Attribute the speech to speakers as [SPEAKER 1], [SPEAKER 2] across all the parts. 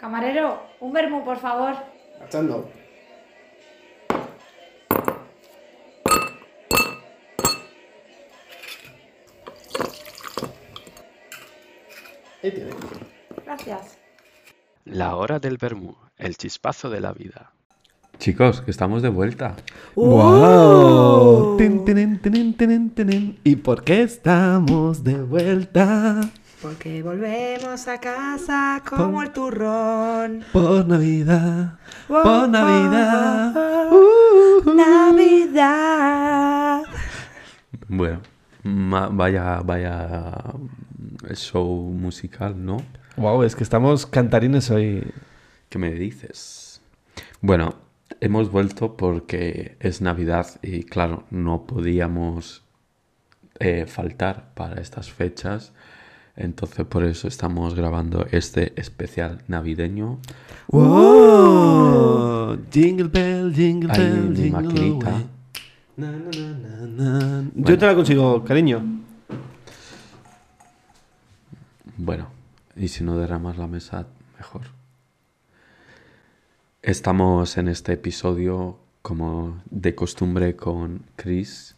[SPEAKER 1] Camarero, un vermú, por favor.
[SPEAKER 2] Marchando. Ahí tiene.
[SPEAKER 1] Gracias.
[SPEAKER 3] La hora del vermú, el chispazo de la vida.
[SPEAKER 4] Chicos, que estamos de vuelta.
[SPEAKER 5] ¡Wow! Tin, tinin, tinin, tinin, tinin. ¿Y por qué estamos de vuelta?
[SPEAKER 6] Porque volvemos a casa como el turrón.
[SPEAKER 5] Por Navidad.
[SPEAKER 6] Oh,
[SPEAKER 5] Por Navidad.
[SPEAKER 6] oh,
[SPEAKER 5] Uh, uh, uh.
[SPEAKER 6] Navidad.
[SPEAKER 4] Bueno, ma- vaya, vaya mm, show musical, ¿no?
[SPEAKER 5] Wow, es que estamos cantarines hoy.
[SPEAKER 4] ¿Qué me dices? Bueno, hemos vuelto porque es Navidad y claro, no podíamos eh, faltar para estas fechas. Entonces por eso estamos grabando este especial navideño.
[SPEAKER 5] Wow. Jingle bell, jingle
[SPEAKER 4] Hay
[SPEAKER 5] bell,
[SPEAKER 4] mi
[SPEAKER 5] jingle
[SPEAKER 4] maquinita.
[SPEAKER 5] away. Na, na, na, na, na.
[SPEAKER 2] Yo te la consigo, cariño.
[SPEAKER 4] Bueno, y si no derramas la mesa, mejor. Estamos en este episodio, como de costumbre, con Chris.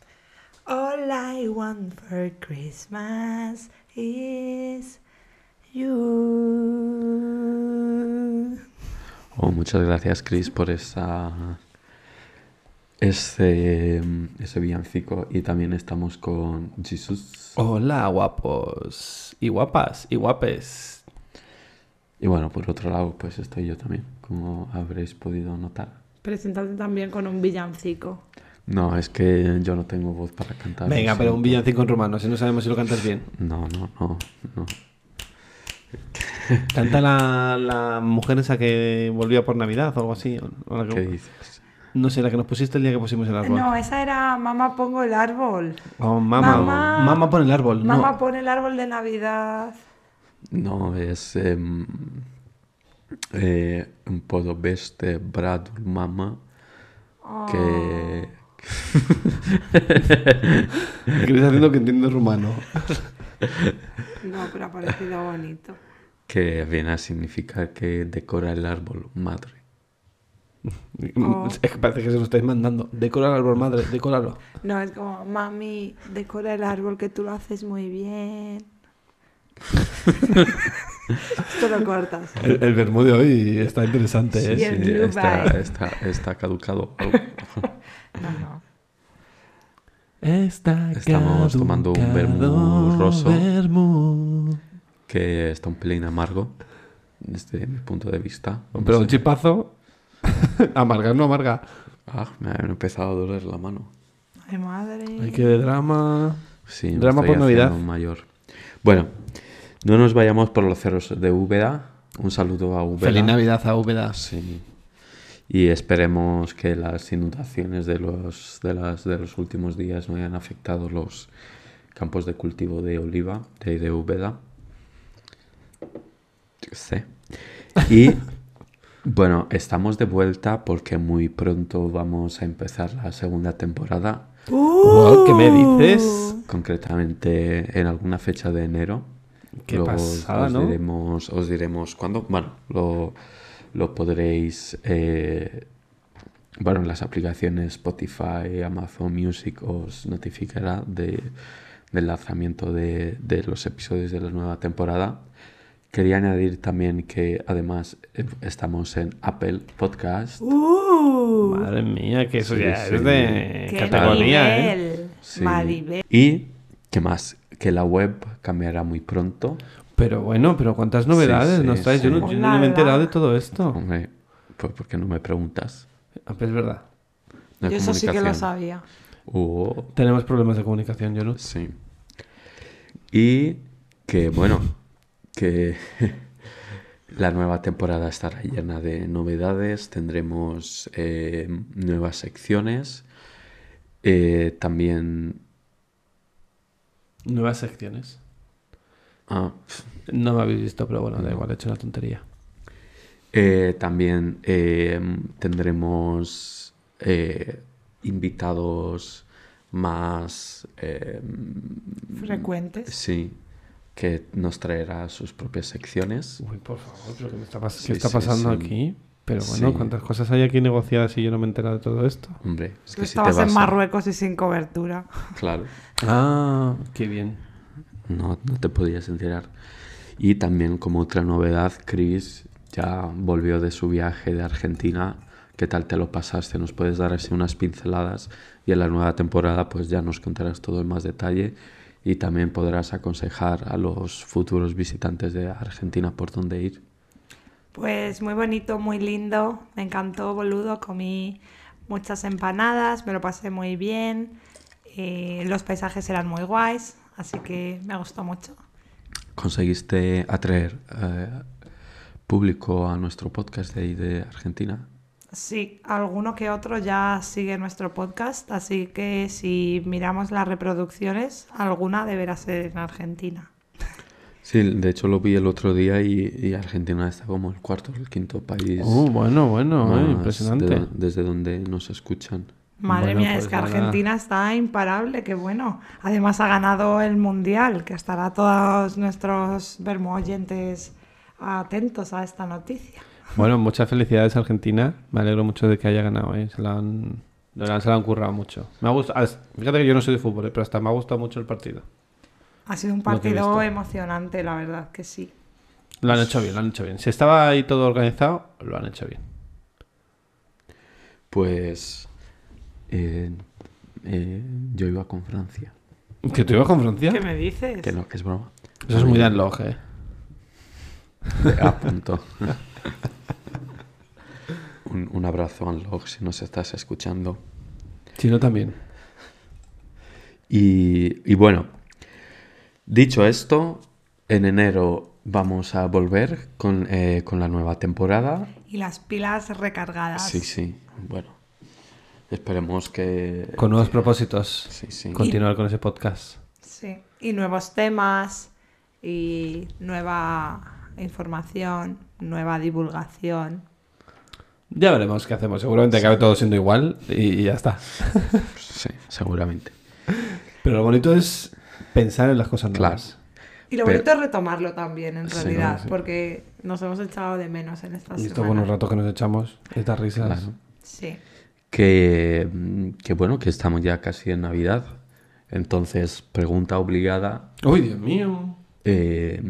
[SPEAKER 6] All I want for Christmas is you.
[SPEAKER 4] Oh, muchas gracias, Chris, por esa, ese, ese villancico. Y también estamos con Jesus.
[SPEAKER 5] Hola, guapos. Y guapas, y guapes.
[SPEAKER 4] Y bueno, por otro lado, pues estoy yo también, como habréis podido notar.
[SPEAKER 1] Preséntate también con un villancico.
[SPEAKER 4] No, es que yo no tengo voz para
[SPEAKER 5] Ah,
[SPEAKER 4] cantar. lo
[SPEAKER 2] Venga, pero un
[SPEAKER 4] siento.
[SPEAKER 2] villancico en romano, si no sabemos si lo cantas bien.
[SPEAKER 4] No, no, no, no.
[SPEAKER 2] Canta la, la mujer esa que volvía por Navidad o algo así. o- o la que-
[SPEAKER 4] ¿Qué dices?
[SPEAKER 2] no sé, la que nos pusiste el día que pusimos el árbol.
[SPEAKER 1] No, esa era Mamá pongo el árbol.
[SPEAKER 2] Oh, mamá.
[SPEAKER 1] Mamá.
[SPEAKER 2] Mamá pon el árbol. no.
[SPEAKER 1] Mamá pone el árbol de Navidad.
[SPEAKER 4] No, es em, eh, un podobeste brado mama
[SPEAKER 1] Oh.
[SPEAKER 4] que
[SPEAKER 5] Ah.
[SPEAKER 2] Que le está haciendo que entiende rumano.
[SPEAKER 1] No, pero ha parecido bonito.
[SPEAKER 4] que viene a significar que decora el árbol madre.
[SPEAKER 1] Oh.
[SPEAKER 2] Es que parece que se lo estáis mandando. Decora el árbol, madre, decóralo.
[SPEAKER 1] No, es como, mami, decora el árbol que tú lo haces muy bien. Esto lo cortas.
[SPEAKER 5] El, el vermú de hoy está interesante,
[SPEAKER 1] Sí.
[SPEAKER 5] ¿eh?
[SPEAKER 1] Y el blue
[SPEAKER 4] está,
[SPEAKER 1] bye.
[SPEAKER 4] está, está caducado.
[SPEAKER 1] No, no.
[SPEAKER 5] Está
[SPEAKER 4] Estamos tomando un vermú
[SPEAKER 5] caducado
[SPEAKER 4] roso.
[SPEAKER 5] vermú.
[SPEAKER 4] que está un pelín amargo desde mi punto de vista. No
[SPEAKER 5] Pero
[SPEAKER 4] sé.
[SPEAKER 5] un chispazo. amarga, no amarga.
[SPEAKER 4] Ah, me ha empezado a doler la mano.
[SPEAKER 1] Ay, madre.
[SPEAKER 5] Hay que drama.
[SPEAKER 4] Sí, me
[SPEAKER 5] Drama
[SPEAKER 4] estoy
[SPEAKER 5] por Navidad.
[SPEAKER 4] haciendo mayor. Bueno, no nos vayamos por los cerros de Úbeda. Un saludo a Úbeda.
[SPEAKER 5] Feliz Navidad a Úbeda.
[SPEAKER 4] Sí. Y esperemos que las inundaciones de los, de, las, de los últimos días no hayan afectado los campos de cultivo de oliva, de, ahí de Úbeda. Yo qué sé. Y bueno, estamos de vuelta porque muy pronto vamos a empezar la segunda temporada,
[SPEAKER 1] Uh.
[SPEAKER 5] Wow, ¿Qué me dices?
[SPEAKER 4] concretamente en alguna fecha de enero.
[SPEAKER 5] Qué
[SPEAKER 4] Luego
[SPEAKER 5] pasada,
[SPEAKER 4] os
[SPEAKER 5] ¿no?
[SPEAKER 4] Diremos, os diremos cuándo. Bueno, lo, lo podréis. eh, bueno, en las aplicaciones Spotify, Amazon Music os notificará de, del lanzamiento de, de los episodios de la nueva temporada. Quería añadir también que además eh, estamos en Apple Podcast.
[SPEAKER 1] ¡Uh!
[SPEAKER 5] Madre mía, que eso
[SPEAKER 4] Sí,
[SPEAKER 5] ya
[SPEAKER 4] sí.
[SPEAKER 5] es de
[SPEAKER 1] ¡Qué
[SPEAKER 5] categoría, ¿eh?
[SPEAKER 1] nivel!
[SPEAKER 4] Sí.
[SPEAKER 1] Maribel.
[SPEAKER 4] Y qué más, que la web cambiará muy pronto.
[SPEAKER 5] Pero bueno, pero cuántas novedades
[SPEAKER 4] Sí, sí,
[SPEAKER 5] nos traes. Yo, no,
[SPEAKER 1] sí.
[SPEAKER 5] yo no me he
[SPEAKER 1] Nada.
[SPEAKER 5] enterado de todo esto.
[SPEAKER 4] Hombre, pues ¿por qué no me preguntas?
[SPEAKER 5] Ah, pues es verdad.
[SPEAKER 4] La
[SPEAKER 1] Yo eso sí que lo
[SPEAKER 4] comunicación.
[SPEAKER 1] sabía.
[SPEAKER 4] Oh,
[SPEAKER 5] Tenemos problemas de comunicación, yo no.
[SPEAKER 4] sí. Y que, bueno, que la nueva temporada estará llena de novedades, tendremos eh, nuevas secciones, eh, también...
[SPEAKER 5] Nuevas secciones.
[SPEAKER 4] ah,
[SPEAKER 5] No me habéis visto, pero bueno, da igual, he hecho una tontería.
[SPEAKER 4] eh, también eh, tendremos eh, invitados más... eh,
[SPEAKER 1] Frecuentes.
[SPEAKER 4] Sí, que nos traerá sus propias secciones.
[SPEAKER 5] Uy, por favor, pero ¿qué, me está, pas- qué
[SPEAKER 4] Sí,
[SPEAKER 5] está
[SPEAKER 4] sí,
[SPEAKER 5] pasando
[SPEAKER 4] sí.
[SPEAKER 5] aquí? Pero bueno,
[SPEAKER 4] Sí.
[SPEAKER 5] ¿cuántas cosas hay aquí negociadas y yo no me he enterado de todo esto?
[SPEAKER 4] Hombre, es que si te
[SPEAKER 1] Estabas
[SPEAKER 4] vas
[SPEAKER 1] en
[SPEAKER 4] a-
[SPEAKER 1] Marruecos y sin cobertura.
[SPEAKER 4] Claro,
[SPEAKER 5] Ah, qué bien.
[SPEAKER 4] no, no te podías enterar. Y también como otra novedad, Chris ya volvió de su viaje de Argentina. ¿Qué tal te lo pasaste? Nos puedes dar así unas pinceladas y en la nueva temporada pues ya nos contarás todo en más detalle y también podrás aconsejar a los futuros visitantes de Argentina por dónde ir.
[SPEAKER 1] Pues muy bonito, muy lindo. Me encantó, boludo. Comí muchas empanadas, me lo pasé muy bien. eh, los paisajes eran muy guays, así que me gustó mucho.
[SPEAKER 4] ¿Conseguiste atraer eh, público a nuestro podcast de ahí de Argentina?
[SPEAKER 1] Sí, alguno que otro ya sigue nuestro podcast, así que si miramos las reproducciones, alguna deberá ser en Argentina.
[SPEAKER 4] Sí, de hecho lo vi el otro día y, y Argentina está como el cuarto o el quinto país.
[SPEAKER 5] Oh, bueno, bueno, eh,
[SPEAKER 4] más
[SPEAKER 5] impresionante.
[SPEAKER 4] de- desde donde nos escuchan.
[SPEAKER 1] Madre
[SPEAKER 5] Bueno,
[SPEAKER 1] mía,
[SPEAKER 5] pues
[SPEAKER 1] es que
[SPEAKER 5] nada.
[SPEAKER 1] Argentina está imparable, qué bueno. Además ha ganado el Mundial, que estará todos nuestros vermo oyentes atentos a esta noticia.
[SPEAKER 5] Bueno, muchas felicidades Argentina. Me alegro mucho de que haya ganado, ¿eh? Se la han, la verdad, se la han currado mucho. Me ha gustado. as- Fíjate que yo no soy de fútbol, ¿eh? pero hasta me ha gustado mucho el partido.
[SPEAKER 1] Ha sido un
[SPEAKER 5] Lo que he
[SPEAKER 1] partido
[SPEAKER 5] visto.
[SPEAKER 1] emocionante, la verdad que sí.
[SPEAKER 5] Lo han hecho bien, lo han hecho bien. Si estaba ahí todo organizado, lo han hecho bien.
[SPEAKER 4] Pues eh, eh, yo iba con Francia.
[SPEAKER 5] ¿Que tú ibas con Francia?
[SPEAKER 1] ¿Qué me dices?
[SPEAKER 4] Que no, que es broma.
[SPEAKER 5] Eso es muy Dan Log, ¿eh?
[SPEAKER 4] A punto. un, un abrazo, Unlock, si nos estás escuchando.
[SPEAKER 5] Chino también.
[SPEAKER 4] Y, y bueno, dicho esto, en enero vamos a volver con, eh, con la nueva temporada.
[SPEAKER 1] Y las pilas recargadas.
[SPEAKER 4] Sí, sí, bueno. Esperemos que...
[SPEAKER 5] Con nuevos propósitos.
[SPEAKER 4] Sí, sí.
[SPEAKER 5] Continuar con ese podcast.
[SPEAKER 1] Sí, y nuevos temas, y nueva información, nueva divulgación.
[SPEAKER 5] Ya veremos qué hacemos. Seguramente acabe todo siendo igual y, y ya está.
[SPEAKER 4] Sí, seguramente.
[SPEAKER 5] Pero lo bonito es pensar en las cosas
[SPEAKER 4] Claro.
[SPEAKER 5] nuevas.
[SPEAKER 1] Y lo
[SPEAKER 4] Pero-
[SPEAKER 1] bonito es retomarlo también, en
[SPEAKER 4] Sí,
[SPEAKER 1] realidad,
[SPEAKER 4] sí.
[SPEAKER 1] porque nos hemos echado de menos en esta
[SPEAKER 5] Y
[SPEAKER 1] semana.
[SPEAKER 5] estos buenos ratos que nos echamos, estas risas.
[SPEAKER 4] Claro.
[SPEAKER 1] Sí.
[SPEAKER 4] Que, mm, que bueno, que estamos ya casi en Navidad. Entonces, pregunta obligada.
[SPEAKER 5] ¡Uy, Dios mío!
[SPEAKER 4] eh,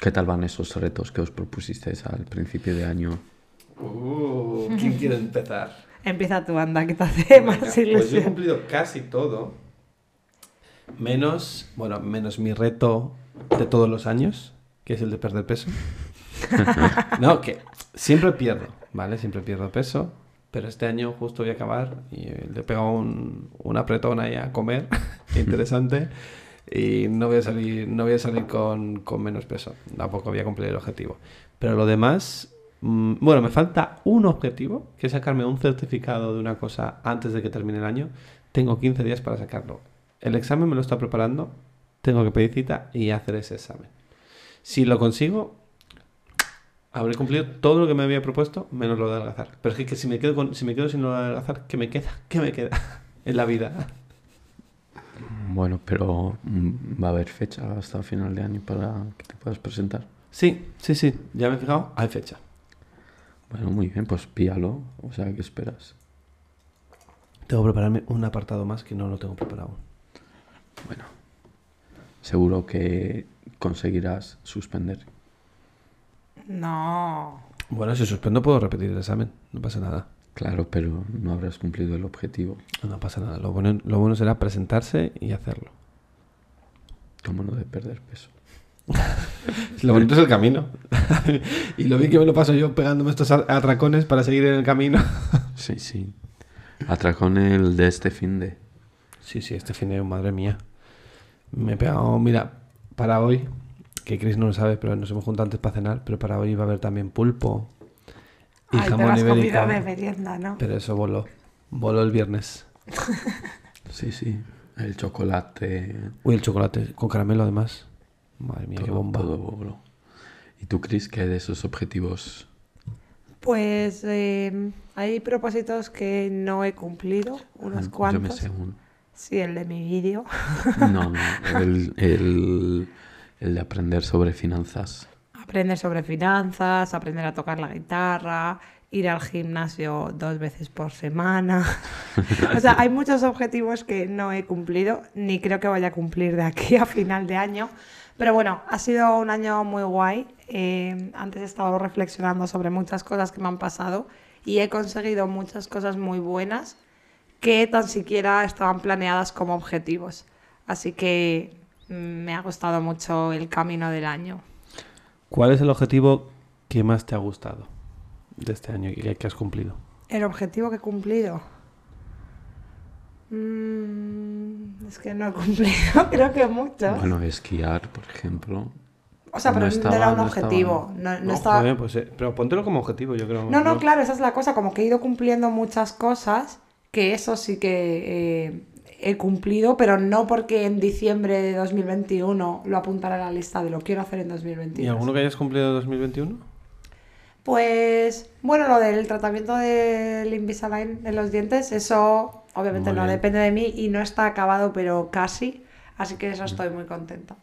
[SPEAKER 4] ¿Qué tal van esos retos que os propusisteis al principio de año?
[SPEAKER 5] Uh, ¿Quién quiere empezar?
[SPEAKER 1] Empieza tu anda, que te hace más
[SPEAKER 5] Pues yo he
[SPEAKER 1] ilusión.
[SPEAKER 5] cumplido casi todo. Menos, bueno, menos mi reto de todos los años, que es el de perder peso. no, que siempre pierdo, ¿vale? Siempre pierdo peso. Pero este año justo voy a acabar y le he pegado un, un apretón ahí a comer interesante. Y no voy a salir, no voy a salir con, con menos peso. Tampoco voy a cumplir el objetivo. Pero lo demás, mm, bueno, me falta un objetivo, que es sacarme un certificado de una cosa antes de que termine el año. Tengo 15 días para sacarlo. El examen me lo está preparando, tengo que pedir cita y hacer ese examen. Si lo consigo, habré cumplido todo lo que me había propuesto, menos lo de adelgazar. Pero es que, que si, me quedo con- si me quedo sin lo de adelgazar, ¿qué me queda? ¿Qué me queda en la vida?
[SPEAKER 4] Bueno, pero mm, va a haber fecha hasta final de año para que te puedas presentar.
[SPEAKER 5] Sí, sí, sí, ya me he fijado, hay fecha.
[SPEAKER 4] Bueno, muy bien, pues píalo. O sea, ¿qué esperas?
[SPEAKER 5] Tengo que prepararme un apartado más que no lo tengo preparado. aún.
[SPEAKER 4] Bueno, seguro que conseguirás suspender.
[SPEAKER 1] No.
[SPEAKER 5] Bueno, si suspendo puedo repetir el examen, no pasa nada.
[SPEAKER 4] Claro, pero no habrás cumplido el objetivo.
[SPEAKER 5] No pasa nada, lo bueno, lo bueno será presentarse y hacerlo.
[SPEAKER 4] Como lo de perder peso.
[SPEAKER 5] Lo bonito es el camino. y lo bien que me lo paso yo pegándome estos a- atracones para seguir en el camino.
[SPEAKER 4] Sí, sí. Atracón el de este fin de.
[SPEAKER 5] Sí, sí, este fin de madre mía. Me he pegado, mira, para hoy, que Chris no lo sabe, pero nos hemos juntado antes para cenar, pero para hoy va a haber también pulpo y
[SPEAKER 1] Ay, te lo
[SPEAKER 5] jamón
[SPEAKER 1] has
[SPEAKER 5] ibérico.
[SPEAKER 1] comido de merienda, ¿no?
[SPEAKER 5] Pero eso voló, voló el viernes.
[SPEAKER 4] Sí, sí. El chocolate.
[SPEAKER 5] Uy, el chocolate con caramelo además. Madre mía, qué
[SPEAKER 4] Todo,
[SPEAKER 5] bomba.
[SPEAKER 4] todo, bro. ¿Y tú crees que de esos objetivos?
[SPEAKER 1] Pues eh, hay propósitos que no he cumplido, unos
[SPEAKER 4] Ah, Yo
[SPEAKER 1] cuantos.
[SPEAKER 4] me sé uno.
[SPEAKER 1] Sí, el de mi vídeo.
[SPEAKER 4] No, no. El, el, el de aprender sobre finanzas.
[SPEAKER 1] Aprender sobre finanzas, aprender a tocar la guitarra, ir al gimnasio dos veces por semana. o sea, hay muchos objetivos que no he cumplido, ni creo que vaya a cumplir de aquí a final de año. Pero bueno, ha sido un año muy guay. Eh, antes he estado reflexionando sobre muchas cosas que me han pasado y he conseguido muchas cosas muy buenas que tan siquiera estaban planeadas como objetivos. Así que mm, me ha gustado mucho el camino del año.
[SPEAKER 5] ¿Cuál es el objetivo que más te ha gustado de este año y que- que has cumplido?
[SPEAKER 1] El objetivo que he cumplido. Mm, es que no he cumplido, creo que mucho.
[SPEAKER 4] Bueno, esquiar, por ejemplo.
[SPEAKER 1] o sea,
[SPEAKER 4] no
[SPEAKER 1] pero no,
[SPEAKER 4] estaba-
[SPEAKER 1] era un
[SPEAKER 4] no estaba-
[SPEAKER 1] objetivo. No, no
[SPEAKER 5] No,
[SPEAKER 1] estaba-
[SPEAKER 5] joder, pues, eh, pero póntelo como objetivo, yo creo.
[SPEAKER 1] No, no, claro, esa es la cosa, como que he ido cumpliendo muchas cosas, que eso sí que eh, he cumplido, pero no porque en diciembre de 2021 lo apuntara a la lista de lo quiero hacer en
[SPEAKER 5] ¿Y
[SPEAKER 1] 2021.
[SPEAKER 5] alguno que hayas cumplido en 2021?
[SPEAKER 1] Pues, bueno, lo del tratamiento del Invisalign en los dientes, eso obviamente
[SPEAKER 4] Muy
[SPEAKER 1] no
[SPEAKER 4] bien.
[SPEAKER 1] depende de mí y no está acabado, pero casi, así que eso estoy muy contenta.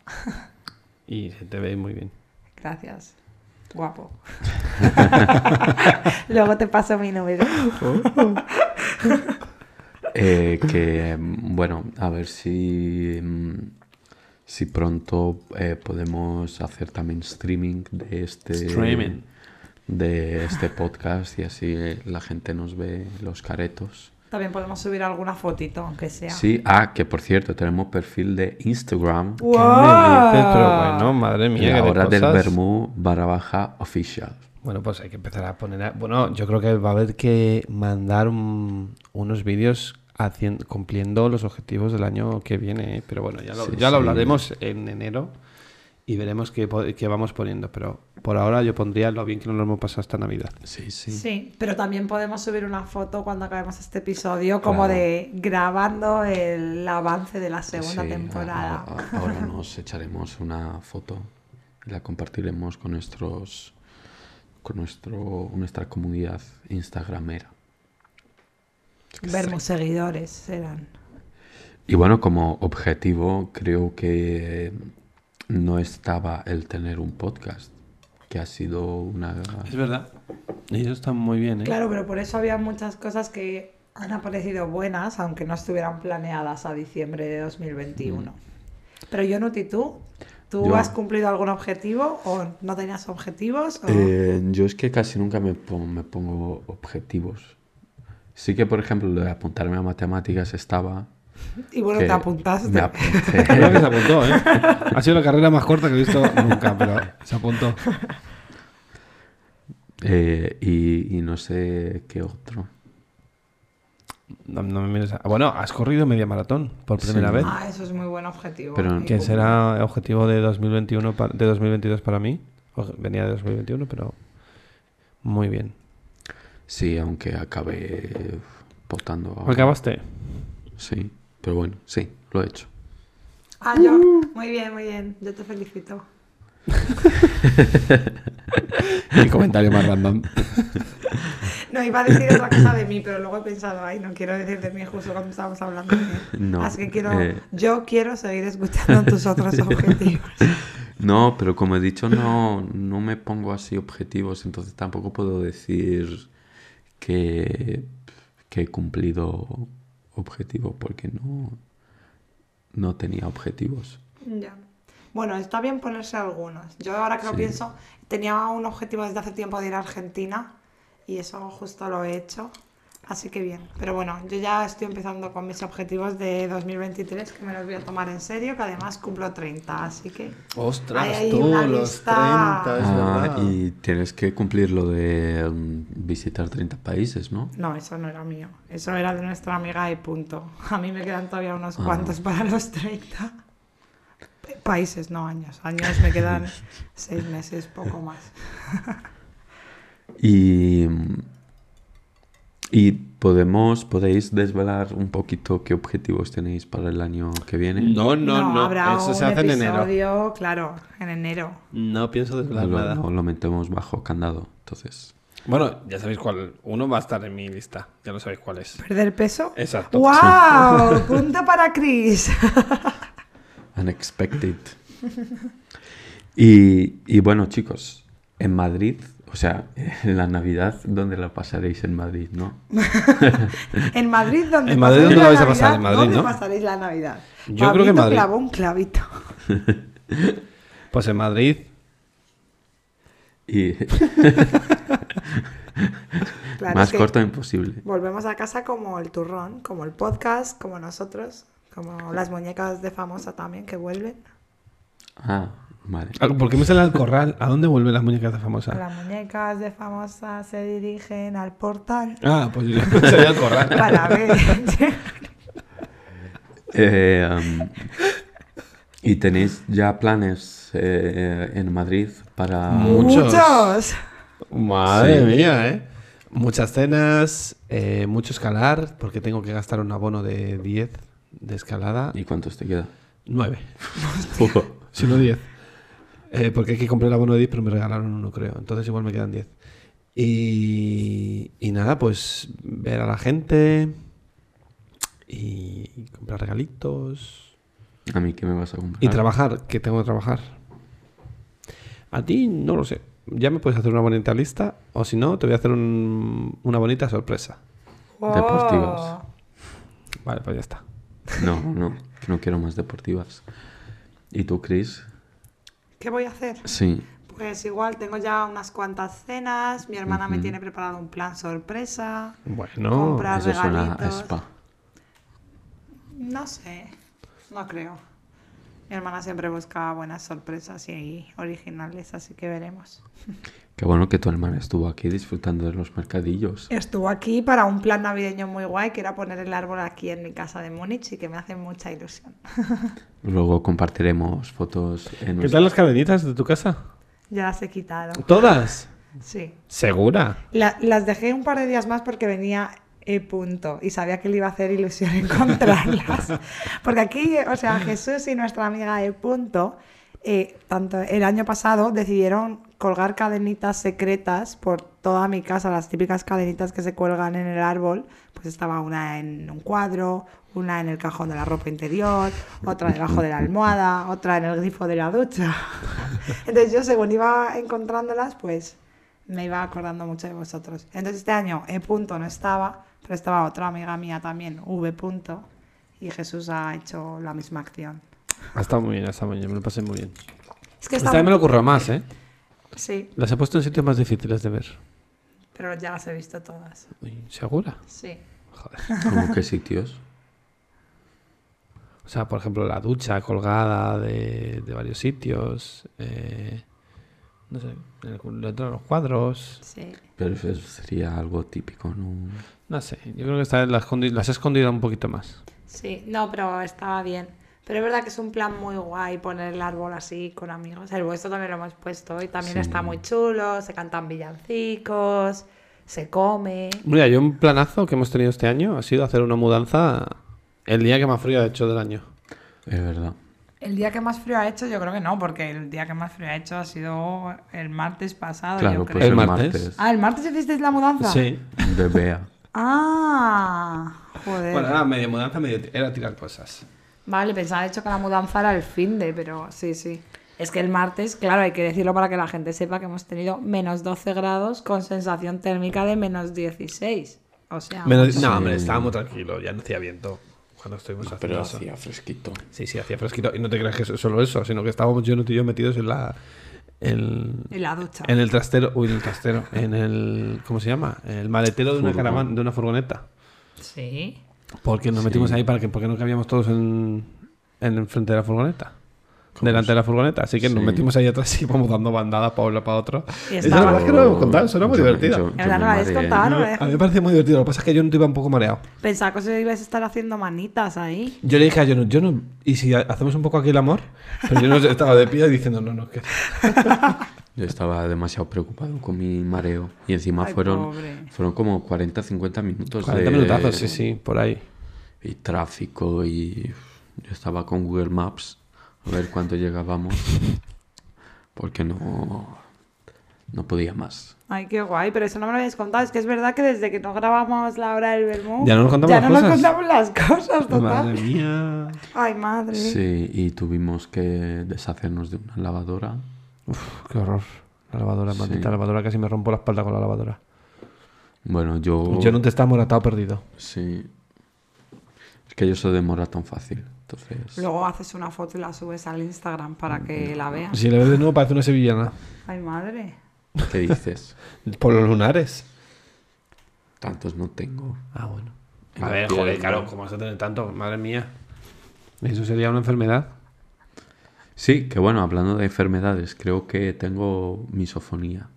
[SPEAKER 5] Y se te ve muy bien.
[SPEAKER 1] Gracias. Guapo. Luego te paso mi número.
[SPEAKER 4] Eh, que, mm, bueno, a ver si, mm, si pronto eh, podemos hacer también streaming de este,
[SPEAKER 5] Streaming.
[SPEAKER 4] de este podcast y así eh, la gente nos ve los caretos.
[SPEAKER 1] También podemos subir alguna fotito, aunque sea.
[SPEAKER 4] Sí, ah, que por cierto, tenemos perfil de Instagram.
[SPEAKER 1] ¡Wow!
[SPEAKER 5] ¿Qué me dices? Pero bueno, madre mía.
[SPEAKER 4] La
[SPEAKER 5] qué de
[SPEAKER 4] hora del
[SPEAKER 5] cosas.
[SPEAKER 4] Bermú barra baja official.
[SPEAKER 5] Bueno, pues hay que empezar a poner. a- Bueno, yo creo que va a haber que mandar un- unos vídeos hacien- cumpliendo los objetivos del año que viene. ¿eh? Pero bueno, ya lo,
[SPEAKER 4] Sí,
[SPEAKER 5] ya lo
[SPEAKER 4] sí.
[SPEAKER 5] hablaremos en enero y veremos qué, po- qué vamos poniendo. Pero por ahora yo pondría lo bien que nos lo hemos pasado esta Navidad.
[SPEAKER 4] Sí, sí.
[SPEAKER 1] Sí, pero también podemos subir una foto cuando acabemos este episodio, como
[SPEAKER 4] Claro.
[SPEAKER 1] de grabando el avance de la segunda
[SPEAKER 4] Sí, ah, a-
[SPEAKER 1] temporada.
[SPEAKER 4] a- a- ahora nos echaremos una foto y la compartiremos con nuestros con nuestro nuestra comunidad instagramera.
[SPEAKER 1] Vermos seguidores serán.
[SPEAKER 4] Y bueno, como objetivo creo que no estaba el tener un podcast, que ha sido una
[SPEAKER 5] Es
[SPEAKER 1] Ah.
[SPEAKER 5] verdad. Ellos están muy bien, ¿eh?
[SPEAKER 1] Claro, pero por eso había muchas cosas que han aparecido buenas, aunque no estuvieran planeadas a diciembre de 2021. Pero yo, Nuti, ¿tú? ¿Tú
[SPEAKER 4] Mm. Yo-
[SPEAKER 1] has cumplido algún objetivo o no tenías objetivos? o-
[SPEAKER 4] Eh, yo es que casi nunca me, pon- me pongo objetivos. Sí que, por ejemplo, lo de apuntarme a matemáticas estaba.
[SPEAKER 1] y bueno,
[SPEAKER 4] que
[SPEAKER 1] te apuntaste.
[SPEAKER 4] me apunté.
[SPEAKER 5] Creo que se apuntó, ¿eh? Ha sido la carrera más corta que he visto nunca, pero se apuntó.
[SPEAKER 4] Eh, y, y no sé qué otro.
[SPEAKER 5] No, no me mires a- Bueno, has corrido media maratón por primera
[SPEAKER 4] Sí.
[SPEAKER 5] vez.
[SPEAKER 1] Ah, eso es muy buen objetivo.
[SPEAKER 4] Pero-
[SPEAKER 1] Y
[SPEAKER 5] que
[SPEAKER 1] cum-
[SPEAKER 5] será el objetivo de 2021 pa- de 2022 para mí. O- Venía de 2021, pero muy bien.
[SPEAKER 4] Sí, aunque acabé votando. a-
[SPEAKER 5] Acabaste.
[SPEAKER 4] Sí, pero bueno, sí, lo he hecho.
[SPEAKER 1] Ah, yo. Muy bien, muy bien. Yo te felicito.
[SPEAKER 5] Qué comentario más random.
[SPEAKER 1] No, iba a decir otra cosa de mí, pero luego he pensado, ay, no quiero decir de mí justo cuando estábamos hablando de él.
[SPEAKER 4] No,
[SPEAKER 1] Así que quiero,
[SPEAKER 4] eh.
[SPEAKER 1] yo quiero seguir escuchando tus otros objetivos.
[SPEAKER 4] No, pero como he dicho, no, no me pongo así objetivos, entonces tampoco puedo decir que, que he cumplido objetivos, porque no, no tenía objetivos.
[SPEAKER 1] Ya. Bueno, está bien ponerse algunos. Yo ahora que lo
[SPEAKER 4] Sí.
[SPEAKER 1] pienso, tenía un objetivo desde hace tiempo de ir a Argentina y eso justo lo he hecho. Así que bien. Pero bueno, yo ya estoy empezando con mis objetivos de 2023 que me los voy a tomar en serio, que además cumplo 30, así que...
[SPEAKER 2] Ostras,
[SPEAKER 1] Ay, ay,
[SPEAKER 2] tú,
[SPEAKER 1] una
[SPEAKER 2] los
[SPEAKER 1] lista.
[SPEAKER 2] 30, es
[SPEAKER 4] Ah,
[SPEAKER 2] verdad.
[SPEAKER 4] y tienes que cumplir lo de mm, visitar 30 países, ¿no?
[SPEAKER 1] No, eso no era mío. Eso era de nuestra amiga y punto. A mí me quedan todavía unos cuantos para los 30. P- Países, no años. Años me quedan seis meses, poco más.
[SPEAKER 4] Y, y podemos, podéis desvelar un poquito qué objetivos tenéis para el año que viene.
[SPEAKER 5] No, no, no.
[SPEAKER 1] Habrá
[SPEAKER 5] Eso
[SPEAKER 1] un
[SPEAKER 5] se hace en enero.
[SPEAKER 1] episodio, claro, en enero.
[SPEAKER 5] No pienso desvelar
[SPEAKER 4] lo,
[SPEAKER 5] nada.
[SPEAKER 4] no, lo metemos bajo candado. Entonces,
[SPEAKER 5] Bueno, ya sabéis cuál. Uno va a estar en mi lista. Ya lo sabéis cuál es.
[SPEAKER 1] ¿Perder peso?
[SPEAKER 5] Exacto.
[SPEAKER 1] ¡Wow! Punto para Chris.
[SPEAKER 4] unexpected. Y, y bueno, chicos, en Madrid, o sea, en la Navidad, ¿dónde la pasaréis en Madrid, no?
[SPEAKER 1] En Madrid, donde
[SPEAKER 5] En Madrid, ¿dónde
[SPEAKER 1] pasaréis la
[SPEAKER 5] la vais a pasar? En
[SPEAKER 1] Navidad,
[SPEAKER 5] Madrid,
[SPEAKER 1] ¿dónde
[SPEAKER 5] ¿no?
[SPEAKER 1] pasaréis la Navidad?
[SPEAKER 5] Yo creo que en
[SPEAKER 1] Pablito
[SPEAKER 5] Madrid.
[SPEAKER 1] clavó un clavito.
[SPEAKER 5] Pues en Madrid.
[SPEAKER 4] Y
[SPEAKER 1] Claro,
[SPEAKER 4] más
[SPEAKER 1] es que
[SPEAKER 4] corto imposible.
[SPEAKER 1] Volvemos a casa como el turrón, como el podcast, como nosotros, como las muñecas de famosa también que vuelven.
[SPEAKER 4] Ah, vale.
[SPEAKER 5] Ah, ¿Por qué me sale al corral? ¿A dónde vuelven las muñecas de famosa?
[SPEAKER 1] Las muñecas de famosa se dirigen al portal
[SPEAKER 5] Ah, pues yo salí al corral.
[SPEAKER 1] para ver.
[SPEAKER 4] Eh, um, ¿Y tenéis ya planes eh, en Madrid para...
[SPEAKER 5] Muchos.
[SPEAKER 1] Muchos.
[SPEAKER 5] Madre
[SPEAKER 4] Sí.
[SPEAKER 5] mía, ¿eh? Muchas cenas, eh, mucho escalar, porque tengo que gastar un abono de 10 de escalada.
[SPEAKER 4] ¿Y cuántos te queda?
[SPEAKER 5] 9,
[SPEAKER 4] Uf.
[SPEAKER 5] sino 10. Eh, porque hay que comprar el abono de 10, pero me regalaron uno, creo. Entonces igual me quedan 10. Y, y nada, pues ver a la gente y comprar regalitos.
[SPEAKER 4] ¿A mí qué me vas a comprar?
[SPEAKER 5] Y trabajar, que tengo que trabajar. A ti no lo sé. Ya me puedes hacer una bonita lista o si no, te voy a hacer un- una bonita sorpresa.
[SPEAKER 4] Deportivas.
[SPEAKER 1] Oh,
[SPEAKER 5] Vale, pues ya está.
[SPEAKER 4] No, no, que no quiero más deportivas. ¿Y tú, Chris?
[SPEAKER 1] ¿Qué voy a hacer?
[SPEAKER 4] Sí.
[SPEAKER 1] Pues igual tengo ya unas cuantas cenas, mi hermana me tiene preparado un plan sorpresa.
[SPEAKER 5] Bueno,
[SPEAKER 1] Comprar- Para
[SPEAKER 4] Eso suena a
[SPEAKER 1] regalitos.
[SPEAKER 4] spa.
[SPEAKER 1] No sé, no creo. Mi hermana siempre busca buenas sorpresas y originales, así que veremos.
[SPEAKER 4] Qué bueno que tu hermana estuvo aquí disfrutando de los mercadillos.
[SPEAKER 1] Estuvo aquí para un plan navideño muy guay, que era poner el árbol aquí en mi casa de Múnich y que me hace mucha ilusión.
[SPEAKER 4] Luego compartiremos fotos en
[SPEAKER 5] ¿qué
[SPEAKER 4] nuestra-
[SPEAKER 5] tal las cadenitas de tu casa?
[SPEAKER 1] Ya las he quitado,
[SPEAKER 5] ¿Todas?
[SPEAKER 1] sí.
[SPEAKER 5] ¿Segura?
[SPEAKER 1] La- las dejé un par de días más porque venía E. Punto y sabía que le iba a hacer ilusión encontrarlas. Porque aquí, o sea, Jesús y nuestra amiga E. Punto, eh, tanto el año pasado decidieron colgar cadenitas secretas por toda mi casa, las típicas cadenitas que se cuelgan en el árbol. Pues estaba una en un cuadro, una en el cajón de la ropa interior, otra debajo de la almohada, otra en el grifo de la ducha. Entonces yo según iba encontrándolas, pues me iba acordando mucho de vosotros. Entonces este año E punto no estaba, pero estaba otra amiga mía también, V punto, y Jesús ha hecho la misma acción.
[SPEAKER 5] Ha estado muy bien, ha estado muy bien, me lo pasé muy bien.
[SPEAKER 1] Es que
[SPEAKER 5] Esta
[SPEAKER 1] está...
[SPEAKER 5] vez me lo ocurrió más, ¿eh?
[SPEAKER 1] Sí,
[SPEAKER 5] Las he puesto en sitios más difíciles de ver.
[SPEAKER 1] pero ya las he visto todas.
[SPEAKER 5] Uy, ¿Segura?
[SPEAKER 1] Sí.
[SPEAKER 4] ¿Cómo qué sitios?
[SPEAKER 5] O sea, por ejemplo, la ducha colgada de, de varios sitios. eh, no sé, en el- dentro de los cuadros.
[SPEAKER 1] Sí.
[SPEAKER 4] Pero eso sería algo típico, ¿no?
[SPEAKER 5] No sé, yo creo que esta vez las, escondi- las he escondido un poquito más.
[SPEAKER 1] Sí, no, pero estaba bien. Pero es verdad que es un plan muy guay poner el árbol así con amigos. El vuestro también lo hemos puesto y también está muy chulo. Se cantan villancicos, se come.
[SPEAKER 5] Mira, yo un planazo que hemos tenido este año ha sido hacer una mudanza el día que más frío ha hecho del año.
[SPEAKER 4] Es verdad.
[SPEAKER 1] El día que más frío ha hecho, yo creo que no, porque el día que más frío ha hecho ha sido el martes pasado,
[SPEAKER 4] Claro,
[SPEAKER 1] Ah, yo
[SPEAKER 4] pues
[SPEAKER 1] creo.
[SPEAKER 4] el
[SPEAKER 5] El martes.
[SPEAKER 4] martes.
[SPEAKER 1] Ah, ¿el martes hicisteis la mudanza?
[SPEAKER 4] De Bea.
[SPEAKER 1] Ah, joder.
[SPEAKER 5] Bueno, era medio mudanza, medio era tirar cosas.
[SPEAKER 1] Vale, pensaba de hecho que la mudanza era el fin de, pero sí, sí. Es que el martes, claro, hay que decirlo para que la gente sepa que hemos tenido menos 12 grados con sensación térmica de menos 16. O sea,
[SPEAKER 5] No, hombre, estábamos tranquilos, ya no hacía viento cuando estuvimos haciendo eso.
[SPEAKER 4] fresquito.
[SPEAKER 5] Sí, sí, hacía fresquito. Y no te creas que es solo eso, sino que estábamos yo y yo metidos en la. En,
[SPEAKER 1] en la ducha.
[SPEAKER 5] en el trastero. Uy, en el trastero. En el. ¿Cómo se llama? En el maletero de una
[SPEAKER 4] Furgón.
[SPEAKER 5] caravana, de una furgoneta.
[SPEAKER 1] Sí.
[SPEAKER 5] Porque nos metimos ahí para que, porque no cabíamos todos en, en el frente de la furgoneta. Delante de la furgoneta. Así que nos
[SPEAKER 4] Sí.
[SPEAKER 5] metimos ahí atrás y íbamos dando bandadas para uno para otro.
[SPEAKER 1] Y
[SPEAKER 5] Eso la
[SPEAKER 1] estaba-
[SPEAKER 5] verdad es que no lo hemos contado, eso era muy
[SPEAKER 4] Yo-
[SPEAKER 5] divertido.
[SPEAKER 4] yo- yo
[SPEAKER 1] verdad,
[SPEAKER 4] me
[SPEAKER 1] no lo habéis
[SPEAKER 4] mareé.
[SPEAKER 1] contado, no lo habéis
[SPEAKER 5] A mí me parece muy divertido. Lo que pasa es que yo no te iba un poco mareado.
[SPEAKER 1] Pensaba que os ibais a estar haciendo manitas ahí.
[SPEAKER 5] Yo le dije a Jonut, Jonut, ¿y si ha- hacemos un poco aquí el amor? Pero yo no estaba de pie diciendo, no, no, que...
[SPEAKER 4] Yo estaba demasiado preocupado con mi mareo. Y encima
[SPEAKER 1] Ay,
[SPEAKER 4] fueron,
[SPEAKER 1] pobre.
[SPEAKER 4] fueron como 40, 50 minutos
[SPEAKER 5] 40
[SPEAKER 4] de...
[SPEAKER 5] minutazos, sí, sí, por ahí.
[SPEAKER 4] Y tráfico y... Yo estaba con Google Maps a ver cuánto llegábamos. Porque no... No podía más.
[SPEAKER 7] Ay, qué guay, pero eso no me lo habéis contado. Es que es verdad que desde que no grabamos la hora del vermú,
[SPEAKER 5] Ya no nos contamos
[SPEAKER 7] ya
[SPEAKER 5] las
[SPEAKER 7] no
[SPEAKER 5] cosas.
[SPEAKER 7] nos contamos las cosas, total.
[SPEAKER 5] Madre mía.
[SPEAKER 7] Ay,
[SPEAKER 1] ¿Eh?
[SPEAKER 7] madre.
[SPEAKER 4] Sí, y tuvimos que deshacernos de una lavadora.
[SPEAKER 5] Uf, qué horror. La lavadora,
[SPEAKER 4] Sí.
[SPEAKER 5] maldita lavadora, casi me rompo la espalda con la lavadora.
[SPEAKER 4] Bueno, yo...
[SPEAKER 5] Yo no te estaba moratado perdido.
[SPEAKER 4] Sí. Es que yo soy de moratón fácil, entonces...
[SPEAKER 7] Luego haces una foto y la subes al Instagram para que la vean.
[SPEAKER 5] Si le ves de nuevo parece una sevillana.
[SPEAKER 7] Ay, madre.
[SPEAKER 4] ¿Qué dices?
[SPEAKER 5] Por los lunares.
[SPEAKER 4] Tantos no tengo.
[SPEAKER 5] Ah, bueno.
[SPEAKER 4] En
[SPEAKER 5] A
[SPEAKER 4] la
[SPEAKER 5] ver,
[SPEAKER 4] piel,
[SPEAKER 5] joder, claro,
[SPEAKER 4] ¿no?
[SPEAKER 5] ¿cómo vas a tener tanto? Madre mía. Eso sería una enfermedad.
[SPEAKER 4] Sí, que bueno, hablando de enfermedades, creo que tengo misofonía.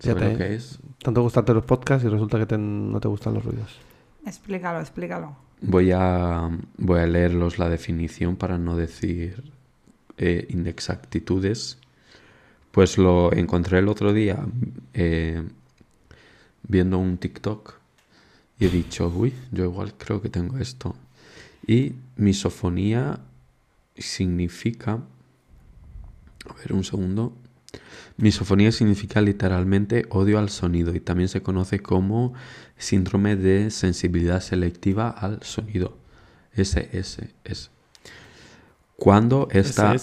[SPEAKER 5] Ya
[SPEAKER 4] ¿Sabes
[SPEAKER 5] te-
[SPEAKER 4] lo que es?
[SPEAKER 5] Tanto gustarte los podcasts y resulta que te- no te gustan los ruidos.
[SPEAKER 7] Explícalo, explícalo.
[SPEAKER 4] Voy a, voy a leerlos la definición para no decir eh, inexactitudes. Pues lo encontré el otro día eh, viendo un TikTok y he dicho, uy, yo igual creo que tengo esto. Y misofonía significa... A ver, un segundo. Misofonía significa literalmente odio al sonido y también se conoce como síndrome de sensibilidad selectiva al sonido. SSS. Cuando esta,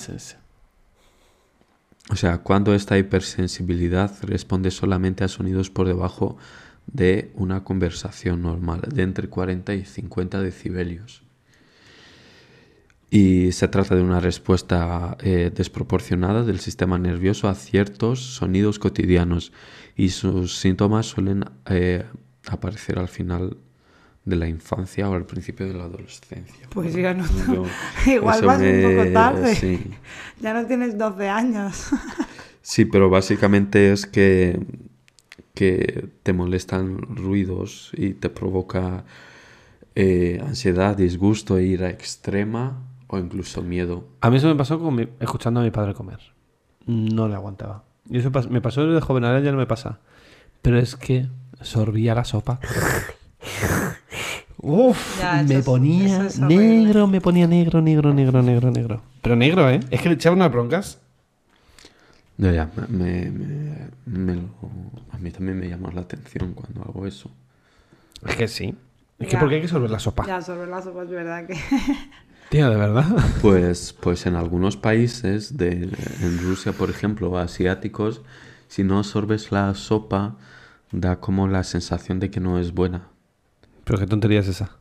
[SPEAKER 4] o sea, cuando esta hipersensibilidad responde solamente a sonidos por debajo de una conversación normal, de entre 40 y 50 decibelios. Y se trata de una respuesta eh, desproporcionada del sistema nervioso a ciertos sonidos cotidianos y sus síntomas suelen eh, aparecer al final de la infancia o al principio de la adolescencia.
[SPEAKER 1] Pues yo no-
[SPEAKER 4] yo-
[SPEAKER 1] Igual
[SPEAKER 4] eso
[SPEAKER 1] vas un poco
[SPEAKER 4] me-
[SPEAKER 1] tarde.
[SPEAKER 4] sí.
[SPEAKER 1] Ya no tienes 12 años.
[SPEAKER 4] Sí, pero básicamente es que, que te molestan ruidos y te provoca eh, ansiedad, disgusto, ira extrema o incluso miedo.
[SPEAKER 5] A mí eso me pasó con mi- escuchando a mi padre comer. No le aguantaba. Y eso pas- me pasó desde joven, ahora ya no me pasa. Pero es que sorbía la sopa. Uf,
[SPEAKER 7] Ya, eso
[SPEAKER 5] me
[SPEAKER 7] es- eso
[SPEAKER 5] ponía
[SPEAKER 7] es horrible.
[SPEAKER 5] negro, me ponía negro, negro, negro, negro, negro. Pero negro, ¿eh? Es que le echaba unas broncas.
[SPEAKER 4] Ya, ya, me- me- me- me lo- a mí también me llama la atención cuando hago eso.
[SPEAKER 5] Es que sí. Es que
[SPEAKER 7] Ya.
[SPEAKER 5] porque hay que sorber la sopa.
[SPEAKER 7] Ya, sobre la sopa es verdad que...
[SPEAKER 5] Tío, de verdad.
[SPEAKER 4] Pues, pues en algunos países, de, en Rusia, por ejemplo, asiáticos, si no sorbes la sopa, da como la sensación de que no es buena.
[SPEAKER 5] Pero qué tontería es esa.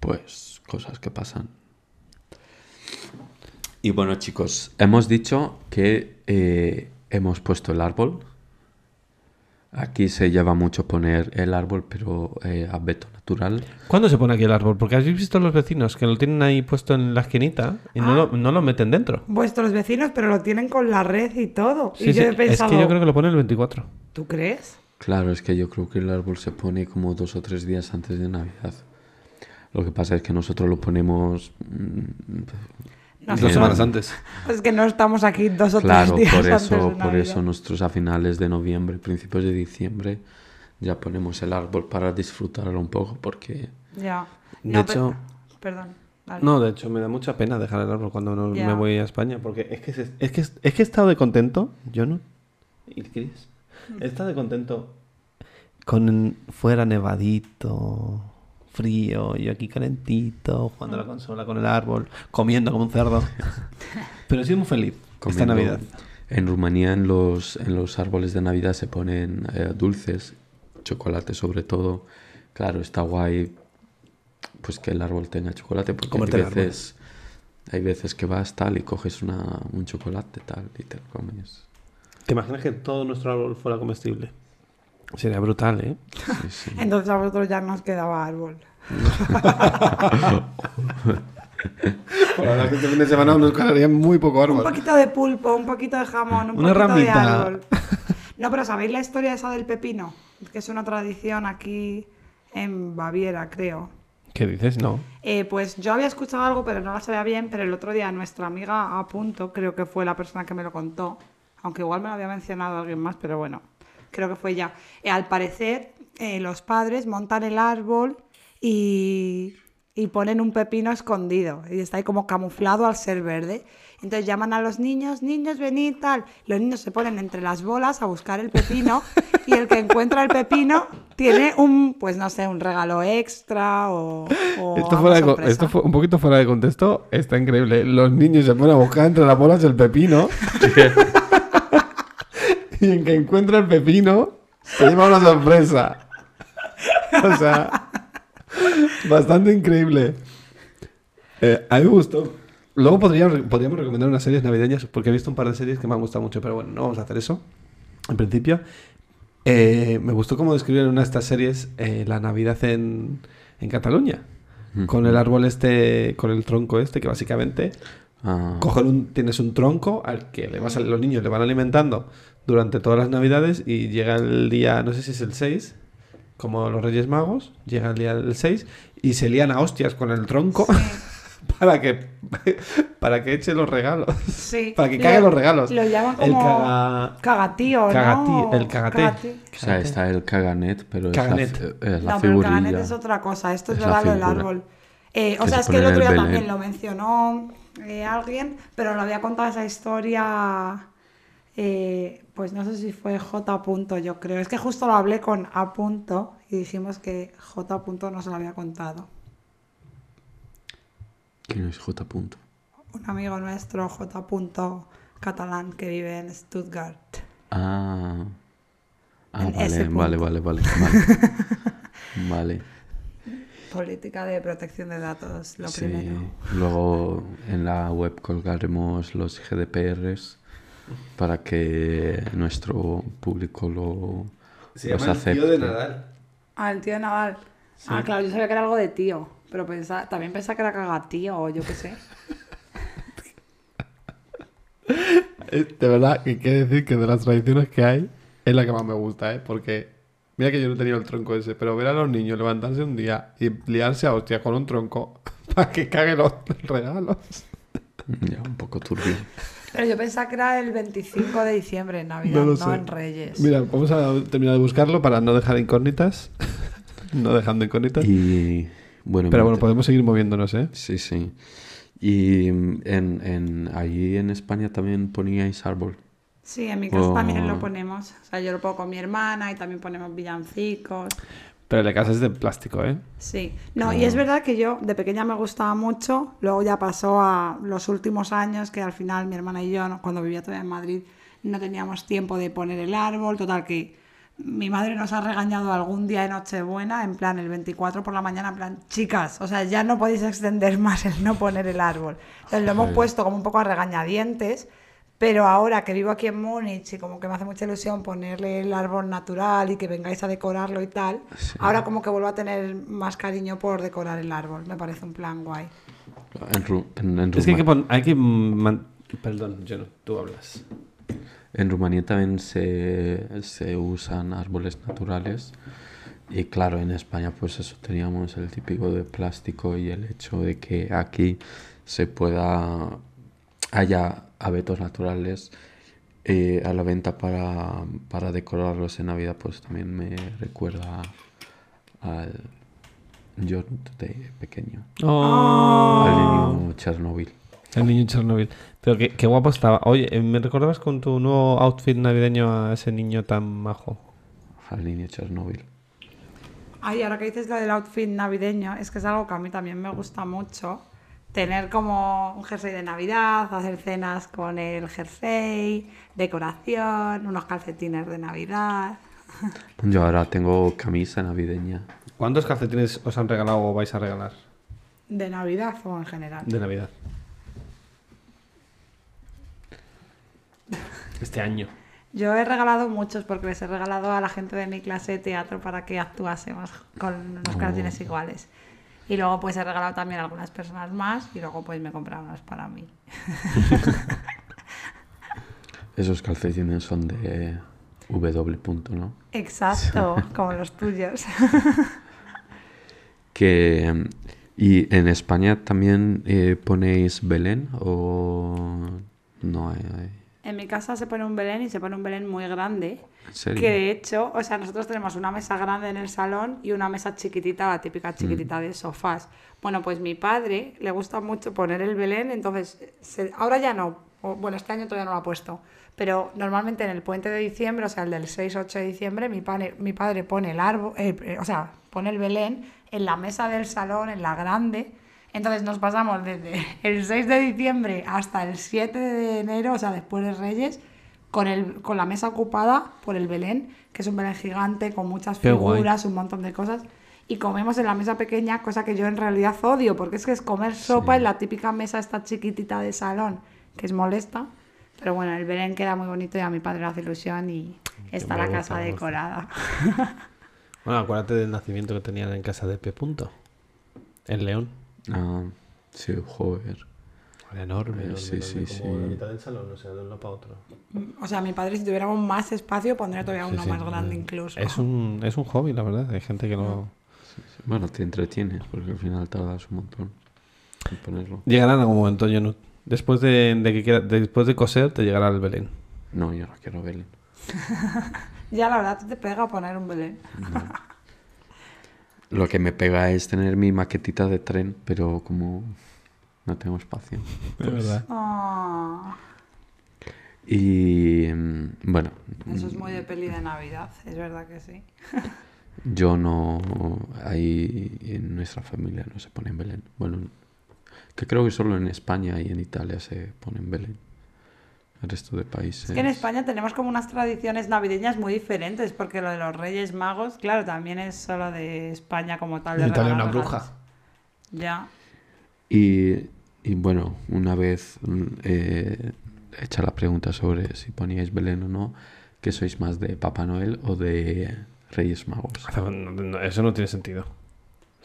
[SPEAKER 4] Pues cosas que pasan. Y bueno, chicos, hemos dicho que eh, hemos puesto el árbol. Aquí se lleva mucho poner el árbol, pero eh, abeto natural.
[SPEAKER 5] ¿Cuándo se pone aquí el árbol? Porque habéis visto los vecinos que lo tienen ahí puesto en la esquinita y no, lo, no lo meten dentro.
[SPEAKER 1] Vuestros vecinos, pero lo tienen con la red y todo.
[SPEAKER 5] Sí,
[SPEAKER 1] y yo
[SPEAKER 5] sí,
[SPEAKER 1] he pensado,
[SPEAKER 5] Es que yo creo que lo pone el 24.
[SPEAKER 1] ¿tú crees?
[SPEAKER 4] Claro, es que yo creo que el árbol se pone como dos o tres días antes de Navidad. Lo que pasa es que nosotros lo ponemos... mm,
[SPEAKER 1] Dos
[SPEAKER 4] bien.
[SPEAKER 5] antes.
[SPEAKER 1] Es que no estamos aquí dos o
[SPEAKER 4] Claro,
[SPEAKER 1] tres días
[SPEAKER 4] por
[SPEAKER 1] antes
[SPEAKER 4] eso,
[SPEAKER 1] de
[SPEAKER 4] por
[SPEAKER 1] Navidad.
[SPEAKER 4] eso nosotros a finales de noviembre, principios de diciembre, ya ponemos el árbol para disfrutarlo un poco, porque
[SPEAKER 7] Ya.
[SPEAKER 5] De
[SPEAKER 7] No, pe-
[SPEAKER 5] hecho-
[SPEAKER 7] Perdón. dale.
[SPEAKER 5] No, de hecho, me da mucha pena dejar el árbol cuando no-
[SPEAKER 7] Ya.
[SPEAKER 5] me voy a España, porque es que, se- es, que, es que he estado de contento, yo no, y Chris, he estado de contento con fuera nevadito, frío, yo aquí calentito, jugando a la consola con el árbol, comiendo como un cerdo. Pero he sido muy feliz esta
[SPEAKER 4] comiendo-
[SPEAKER 5] Navidad.
[SPEAKER 4] En Rumanía en los, en los árboles de Navidad se ponen eh, dulces, chocolate sobre todo. Claro, está guay pues que el árbol tenga chocolate, porque
[SPEAKER 5] Comerte el
[SPEAKER 4] hay
[SPEAKER 5] árbol.
[SPEAKER 4] veces, hay veces que vas tal y coges una, un chocolate tal y te lo comes.
[SPEAKER 5] ¿Te imaginas que todo nuestro árbol fuera comestible? Sería brutal, ¿eh?
[SPEAKER 4] Sí, sí.
[SPEAKER 1] Entonces a vosotros ya nos quedaba árbol.
[SPEAKER 5] La verdad que este fin de semana nos quedaría muy poco
[SPEAKER 1] Un poquito de pulpo, un poquito de jamón, un
[SPEAKER 5] Una
[SPEAKER 1] poquito de
[SPEAKER 5] ramita.
[SPEAKER 1] árbol. No, pero ¿sabéis la historia esa del pepino? Que es una tradición aquí en Baviera, creo.
[SPEAKER 5] ¿Qué dices? No.
[SPEAKER 1] Eh, pues yo había escuchado algo, pero no la sabía bien, pero el otro día nuestra amiga a punto, creo que fue la persona que me lo contó, aunque igual me lo había mencionado alguien más, pero bueno, creo que fue ella. Eh, al parecer, eh, los padres montan el árbol y y ponen un pepino escondido y está ahí como camuflado al ser verde. Entonces llaman a los niños, niños, venid tal. Los niños se ponen entre las bolas a buscar el pepino y el que encuentra el pepino tiene un, pues no sé, un regalo extra o... o
[SPEAKER 2] Esto,
[SPEAKER 1] una
[SPEAKER 2] fuera de co-
[SPEAKER 1] sorpresa.
[SPEAKER 2] esto fue un poquito fuera de contexto. Está increíble. Los niños se ponen a buscar entre las bolas el pepino. y en que encuentra el pepino, se lleva una sorpresa. O sea, bastante increíble.
[SPEAKER 5] Eh, a mí me gustó. Luego podríamos, podríamos recomendar unas series navideñas, porque he visto un par de series que me han gustado mucho, pero bueno, no vamos a hacer eso. En principio, Eh, me gustó cómo describieron en una de estas series eh, la Navidad en, en Cataluña. Con el árbol este, con el tronco este, que básicamente
[SPEAKER 4] Ah,
[SPEAKER 5] cogen un, tienes un tronco al que le vas a- los niños le van alimentando durante todas las navidades y llega el día, no sé si es el 6, como los Reyes Magos, llega el día del 6 y se lían a hostias con el tronco para que para que eche los regalos.
[SPEAKER 1] Sí.
[SPEAKER 5] Para que
[SPEAKER 1] Lo-
[SPEAKER 5] cague los regalos.
[SPEAKER 1] Lo llaman
[SPEAKER 5] El
[SPEAKER 1] como...
[SPEAKER 5] caga-
[SPEAKER 1] Cagatío, ¿no?
[SPEAKER 5] cagatí- el cagaté.
[SPEAKER 4] o sea, está el caganet, pero es la
[SPEAKER 5] Caganet.
[SPEAKER 4] fi- es la,
[SPEAKER 1] No, pero el
[SPEAKER 4] figurilla.
[SPEAKER 1] caganet es otra cosa. Esto es,
[SPEAKER 4] Es la
[SPEAKER 1] verdad lo del
[SPEAKER 4] figura.
[SPEAKER 1] árbol. Eh, o
[SPEAKER 4] Que se
[SPEAKER 1] sea, es que el
[SPEAKER 4] pone en
[SPEAKER 1] otro día
[SPEAKER 4] el
[SPEAKER 1] también
[SPEAKER 4] Belén.
[SPEAKER 1] lo mencionó eh, alguien, pero lo había contado esa historia. eh, pues no sé si fue J. Punto, yo creo. Es que justo lo hablé con A. Punto y dijimos que J. Punto no se lo había contado.
[SPEAKER 4] ¿Quién es J. Punto?
[SPEAKER 1] Un amigo nuestro, J. Punto, catalán que vive en Stuttgart.
[SPEAKER 4] Ah. Ah,
[SPEAKER 1] En ese
[SPEAKER 4] vale, vale,
[SPEAKER 1] punto.
[SPEAKER 4] vale, vale, vale. Vale.
[SPEAKER 1] Política de protección de datos, lo
[SPEAKER 4] Sí.
[SPEAKER 1] primero.
[SPEAKER 4] Luego en la web colgaremos los GDPRs para que nuestro público lo
[SPEAKER 5] Se
[SPEAKER 4] los
[SPEAKER 5] llama el tío de
[SPEAKER 4] acepte.
[SPEAKER 5] Nadal.
[SPEAKER 1] Ah, el tío de Nadal. Ah, claro, yo sabía que era algo de tío. Pero pensaba, también pensaba que era cagatío o yo qué sé.
[SPEAKER 2] Eh, De verdad, que quiero decir que de las tradiciones que hay, es la que más me gusta, ¿eh? Porque mira que yo no he tenido el tronco ese, pero ver a los niños levantarse un día y liarse a hostias con un tronco para que cague los regalos.
[SPEAKER 4] Ya, un poco turbio.
[SPEAKER 1] Pero yo pensaba que era el 25 de diciembre en Navidad, no,
[SPEAKER 2] No lo sé.
[SPEAKER 1] en Reyes.
[SPEAKER 2] Mira, vamos a terminar de buscarlo para no dejar incógnitas. no dejando incógnitas.
[SPEAKER 4] Y
[SPEAKER 2] Pero bueno,
[SPEAKER 4] bueno, mientras-
[SPEAKER 5] pues-
[SPEAKER 2] podemos seguir moviéndonos, ¿eh?
[SPEAKER 4] sí, sí. Y mm, en, en, allí en España también poníais árbol.
[SPEAKER 1] Sí, en mi casa también
[SPEAKER 4] Oh.
[SPEAKER 1] lo ponemos. O sea, yo lo pongo con mi hermana y también ponemos villancicos.
[SPEAKER 5] Pero la casa es de plástico, ¿eh?
[SPEAKER 1] Sí. No, y es verdad que yo de pequeña me gustaba mucho. Luego ya pasó a los últimos años que al final mi hermana y yo, no- cuando vivía todavía en Madrid, no teníamos tiempo de poner el árbol. Total que mi madre nos ha regañado algún día de Nochebuena, en plan el 24 por la mañana, en plan, chicas, o sea, ya no podéis extender más el no poner el árbol. Entonces lo hemos puesto como un poco a regañadientes. Pero ahora que vivo aquí en Múnich y como que me hace mucha ilusión ponerle el árbol natural y que vengáis a decorarlo y tal, ahora como que vuelvo a tener más cariño por decorar el árbol. Me parece un plan guay.
[SPEAKER 4] En, Ru- en- en
[SPEAKER 5] Es que hay que,
[SPEAKER 4] Ruma-
[SPEAKER 5] pon- hay que man- Perdón, yo no, tú hablas.
[SPEAKER 4] en Rumanía también se, se usan árboles naturales. Y claro, en España pues eso teníamos el típico de plástico y el hecho de que aquí se pueda haya abetos naturales eh, a la venta para, para decorarlos en Navidad pues también me recuerda al yo de pequeño,
[SPEAKER 2] Oh,
[SPEAKER 4] al niño Chernobyl.
[SPEAKER 5] El niño en Chernobyl. Pero qué, qué guapo estaba. Oye, eh, ¿me recordabas con tu nuevo outfit navideño a ese niño tan majo?
[SPEAKER 4] Al niño Chernobyl.
[SPEAKER 1] Ay, ahora que dices lo del outfit navideño, es que es algo que a mí también me gusta mucho. Tener como un jersey de Navidad, hacer cenas con el jersey, decoración, unos calcetines de Navidad.
[SPEAKER 4] Yo ahora tengo camisa navideña.
[SPEAKER 5] ¿Cuántos calcetines os han regalado o vais a regalar
[SPEAKER 1] ¿De Navidad o en general?
[SPEAKER 5] de Navidad? Este año.
[SPEAKER 1] Yo he regalado muchos porque les he regalado a la gente de mi clase de teatro para que actuásemos con unos canciones iguales. Y luego pues he regalado también a algunas personas más y luego pues me he comprado unos para mí.
[SPEAKER 4] Esos calcetines son de W. punto, ¿no?
[SPEAKER 1] Exacto, como los tuyos.
[SPEAKER 4] Que em, y en España también eh, ponéis Belén o no hay, hay-
[SPEAKER 1] En mi casa se pone un Belén y se pone un Belén muy grande.
[SPEAKER 4] ¿En serio?
[SPEAKER 1] Que de hecho, o sea, nosotros tenemos una mesa grande en el salón y una mesa chiquitita, la típica chiquitita de sofás. Bueno, pues mi padre le gusta mucho poner el Belén, entonces se- ahora ya no, o- bueno, este año todavía no lo ha puesto, pero normalmente en el puente de diciembre, o sea, el del 6-8 de diciembre, mi, pane- mi padre pone el árbol, eh, eh, o sea, pone el Belén en la mesa del salón, en la grande. Entonces nos pasamos desde el 6 de diciembre hasta el 7 de enero, o sea, después de Reyes, con, el, con la mesa ocupada por el Belén, que es un Belén gigante con muchas
[SPEAKER 5] Qué guay.
[SPEAKER 1] figuras, un montón de cosas. Y comemos en la mesa pequeña, cosa que yo en realidad odio, porque es que es comer sopa en la típica mesa esta chiquitita de salón, que es molesta. Pero bueno, el Belén queda muy bonito y a mi padre le hace ilusión y está
[SPEAKER 5] me
[SPEAKER 1] la
[SPEAKER 5] gusta,
[SPEAKER 1] casa
[SPEAKER 5] me gusta.
[SPEAKER 1] decorada.
[SPEAKER 5] Bueno, acuérdate del nacimiento que tenían en casa de P. Punto. En León.
[SPEAKER 4] Ah, sí, joder.
[SPEAKER 5] Era enorme,
[SPEAKER 4] Eh,
[SPEAKER 5] enorme,
[SPEAKER 4] sí,
[SPEAKER 5] enorme,
[SPEAKER 4] sí,
[SPEAKER 5] como
[SPEAKER 4] sí.
[SPEAKER 5] la mitad del salón, o sea, de un lado para otro.
[SPEAKER 1] O sea, mi padre, si tuviéramos más espacio, pondría todavía uno
[SPEAKER 5] Sí, sí.
[SPEAKER 1] más grande incluso.
[SPEAKER 5] Es un, es un hobby, la verdad. Hay gente que no...
[SPEAKER 4] Bueno, te entretienes porque al final tardas un montón en
[SPEAKER 1] Mm.
[SPEAKER 4] ponerlo.
[SPEAKER 5] Llegará en algún momento, yo no... Después de, de que queda- después de coser, te llegará el Belén.
[SPEAKER 4] No, yo no quiero Belén.
[SPEAKER 1] Ya la verdad te pega poner un Belén.
[SPEAKER 4] Lo que me pega es tener mi maquetita de tren, pero como no tengo espacio.
[SPEAKER 5] De verdad.
[SPEAKER 1] Ah,
[SPEAKER 4] Y mm, bueno,
[SPEAKER 1] eso es muy de peli de Navidad, es verdad que sí.
[SPEAKER 4] yo no. Ahí en nuestra familia no se pone en Belén. Bueno, que creo que solo en España y en Italia se pone en Belén. El resto de países.
[SPEAKER 1] Es que en España tenemos como unas tradiciones navideñas muy diferentes, porque lo de los Reyes Magos, claro, también es solo de España como tal. de
[SPEAKER 2] En Italia
[SPEAKER 1] regalar
[SPEAKER 2] una bruja.
[SPEAKER 1] regalos. Ya.
[SPEAKER 4] Y, y bueno, una vez mm, eh, hecha la pregunta sobre si poníais Belén o no, que sois más de Papá Noel o de Reyes Magos.
[SPEAKER 5] No, no, eso no tiene sentido.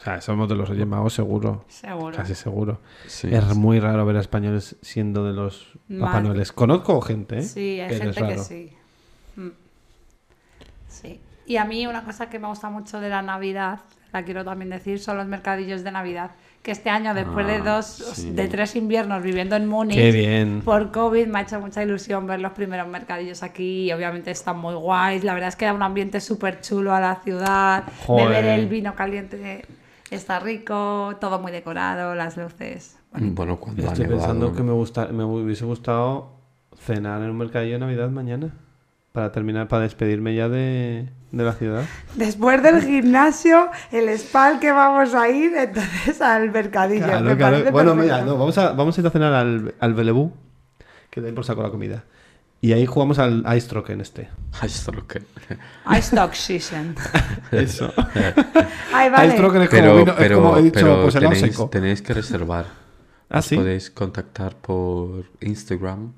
[SPEAKER 5] O sea, somos de los Reyes Magos seguro.
[SPEAKER 1] Seguro.
[SPEAKER 5] Casi seguro.
[SPEAKER 4] Sí,
[SPEAKER 5] Es muy raro ver a españoles siendo de los Papá
[SPEAKER 1] Mal.
[SPEAKER 5] Noeles. Conozco gente, ¿eh?
[SPEAKER 1] Sí, hay
[SPEAKER 5] Pero es
[SPEAKER 1] gente que
[SPEAKER 5] raro.
[SPEAKER 1] sí. Mm. Sí. Y a mí una cosa que me gusta mucho de la Navidad, la quiero también decir, son los mercadillos de Navidad. Que este año, después de
[SPEAKER 4] Ah,
[SPEAKER 1] dos,
[SPEAKER 4] sí.
[SPEAKER 1] de tres inviernos viviendo en Múnich,
[SPEAKER 5] Qué bien.
[SPEAKER 1] por COVID me ha hecho mucha ilusión ver los primeros mercadillos aquí y obviamente están muy guays. La verdad es que da un ambiente súper chulo a la ciudad.
[SPEAKER 5] Joder.
[SPEAKER 1] Beber el vino caliente está rico, todo muy decorado, las luces.
[SPEAKER 4] Bueno, cuando ha
[SPEAKER 5] Estoy
[SPEAKER 4] nevado,
[SPEAKER 5] pensando que me, gusta, me hubiese gustado cenar en un mercadillo de Navidad mañana. Para terminar, para despedirme ya de, de la ciudad.
[SPEAKER 8] Después del gimnasio, el spa al que vamos a ir, entonces al mercadillo.
[SPEAKER 5] Claro,
[SPEAKER 8] me
[SPEAKER 5] claro.
[SPEAKER 8] parece
[SPEAKER 5] Bueno,
[SPEAKER 8] perfecto.
[SPEAKER 5] mira, no, vamos, a, vamos a ir a cenar al, al Belebú, que den por saco la comida. Y ahí jugamos al Ice Truck en este.
[SPEAKER 4] Ay, esto lo que-
[SPEAKER 1] Ice Dog Season.
[SPEAKER 5] Eso.
[SPEAKER 8] Ay, vale.
[SPEAKER 5] Ice Truck es como,
[SPEAKER 4] Pero,
[SPEAKER 5] vino- es
[SPEAKER 4] pero,
[SPEAKER 5] como he dicho,
[SPEAKER 4] pero
[SPEAKER 5] pues el lado
[SPEAKER 4] tenéis,
[SPEAKER 5] seco.
[SPEAKER 4] tenéis que reservar.
[SPEAKER 5] Ah,
[SPEAKER 4] Os
[SPEAKER 5] sí.
[SPEAKER 4] Podéis contactar por Instagram.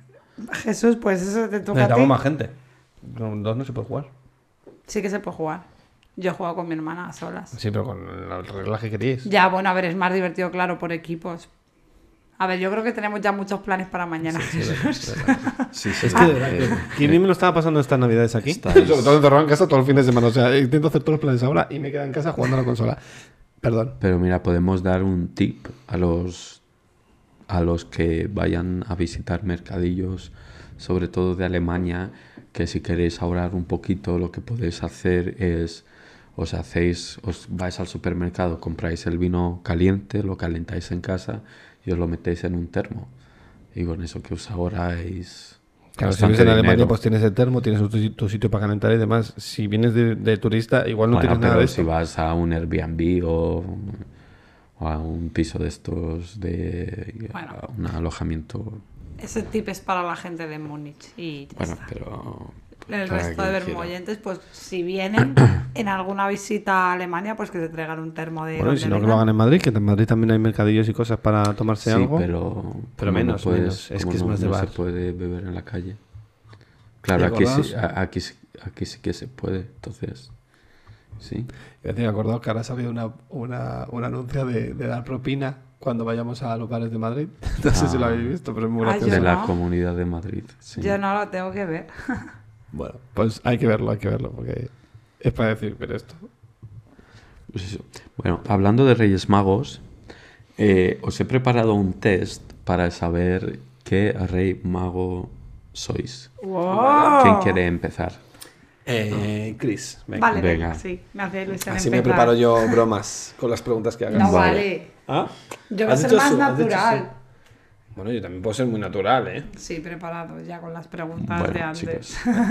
[SPEAKER 8] Jesús, pues eso te toca a ti.
[SPEAKER 5] Necesitamos más gente. Con dos no se puede jugar.
[SPEAKER 1] Sí que se puede jugar. Yo he jugado con mi hermana a solas.
[SPEAKER 5] Sí, pero con el reglaje que tienes.
[SPEAKER 1] Ya, bueno, a ver, es más divertido, claro, por equipos. A ver, yo creo que tenemos ya muchos planes para mañana.
[SPEAKER 4] Sí, Ah. sí.
[SPEAKER 5] Es que, de verdad, que- que ni me lo estaba pasando estas navidades aquí.
[SPEAKER 4] estáis-
[SPEAKER 2] Sobre todo encerrado en casa todo el fin de semana. O sea, intento hacer todos los planes ahora y me quedo en casa jugando a la consola. Perdón.
[SPEAKER 4] Pero mira, podemos dar un tip a los a los que vayan a visitar mercadillos, sobre todo de Alemania, que si queréis ahorrar un poquito, lo que podéis hacer es os hacéis, os vais al supermercado, compráis el vino caliente, lo calentáis en casa y os lo metéis en un termo. Y con eso que os ahorráis
[SPEAKER 5] Claro, si
[SPEAKER 4] bastante
[SPEAKER 5] vives en Alemania,
[SPEAKER 4] dinero.
[SPEAKER 5] pues tienes el termo, tienes tu, tu sitio para calentar y demás. Si vienes de, de turista, igual no
[SPEAKER 4] Bueno,
[SPEAKER 5] tienes nada
[SPEAKER 4] pero
[SPEAKER 5] de
[SPEAKER 4] si
[SPEAKER 5] eso.
[SPEAKER 4] vas a un Airbnb o, o a un piso de estos de
[SPEAKER 1] Bueno.
[SPEAKER 4] a un alojamiento.
[SPEAKER 1] Ese tip es para la gente de Múnich y ya
[SPEAKER 4] Bueno,
[SPEAKER 1] está.
[SPEAKER 4] pero.
[SPEAKER 1] El
[SPEAKER 4] cada
[SPEAKER 1] resto de
[SPEAKER 4] quien quiera.
[SPEAKER 1] vermoyentes, pues si vienen en alguna visita a Alemania, pues que te traigan un termo de.
[SPEAKER 5] Bueno, y
[SPEAKER 1] donde
[SPEAKER 5] si no, que lo
[SPEAKER 1] vengan.
[SPEAKER 5] hagan en Madrid, que en Madrid también hay mercadillos y cosas para tomarse
[SPEAKER 4] Sí,
[SPEAKER 5] algo.
[SPEAKER 4] pero. como no
[SPEAKER 5] Pero menos, menos. Es
[SPEAKER 4] como
[SPEAKER 5] que es
[SPEAKER 4] no-
[SPEAKER 5] más de
[SPEAKER 4] no se
[SPEAKER 5] bar.
[SPEAKER 4] puede beber en la calle. Claro, aquí sí,
[SPEAKER 5] Nicolás.
[SPEAKER 4] a- aquí, sí- aquí sí que se puede, entonces. Sí.
[SPEAKER 2] Ya te he acordado que ahora sabía una, una, un anuncio de, de dar propina cuando vayamos a los bares de Madrid. No sé si lo habéis visto, pero es muy
[SPEAKER 1] Ah, yo
[SPEAKER 2] gracioso.
[SPEAKER 4] De la
[SPEAKER 1] no.
[SPEAKER 4] comunidad de Madrid. sí.
[SPEAKER 1] Yo no lo tengo que ver.
[SPEAKER 2] Bueno, pues hay que verlo, hay que verlo, porque es para decir, pero esto.
[SPEAKER 4] Pues eso. Bueno, hablando de Reyes Magos, eh, os he preparado un test para saber qué rey mago sois.
[SPEAKER 7] ¡Wow!
[SPEAKER 4] ¿Quién quiere empezar?
[SPEAKER 5] Eh, Chris, venga.
[SPEAKER 7] Vale, venga.
[SPEAKER 4] Venga.
[SPEAKER 7] sí, me hace ilusión.
[SPEAKER 5] Así me
[SPEAKER 7] empezar.
[SPEAKER 5] preparo yo bromas con las preguntas que hagas.
[SPEAKER 1] No
[SPEAKER 4] Vale.
[SPEAKER 1] vale.
[SPEAKER 5] ¿Ah?
[SPEAKER 1] Yo voy a
[SPEAKER 5] Has
[SPEAKER 1] ser
[SPEAKER 5] dicho
[SPEAKER 1] más
[SPEAKER 5] su- has dicho
[SPEAKER 1] natural.
[SPEAKER 5] su- Bueno, yo también puedo ser muy natural, ¿eh?
[SPEAKER 1] Sí, preparado ya con las preguntas de
[SPEAKER 4] Bueno,
[SPEAKER 1] antes.
[SPEAKER 4] chicos.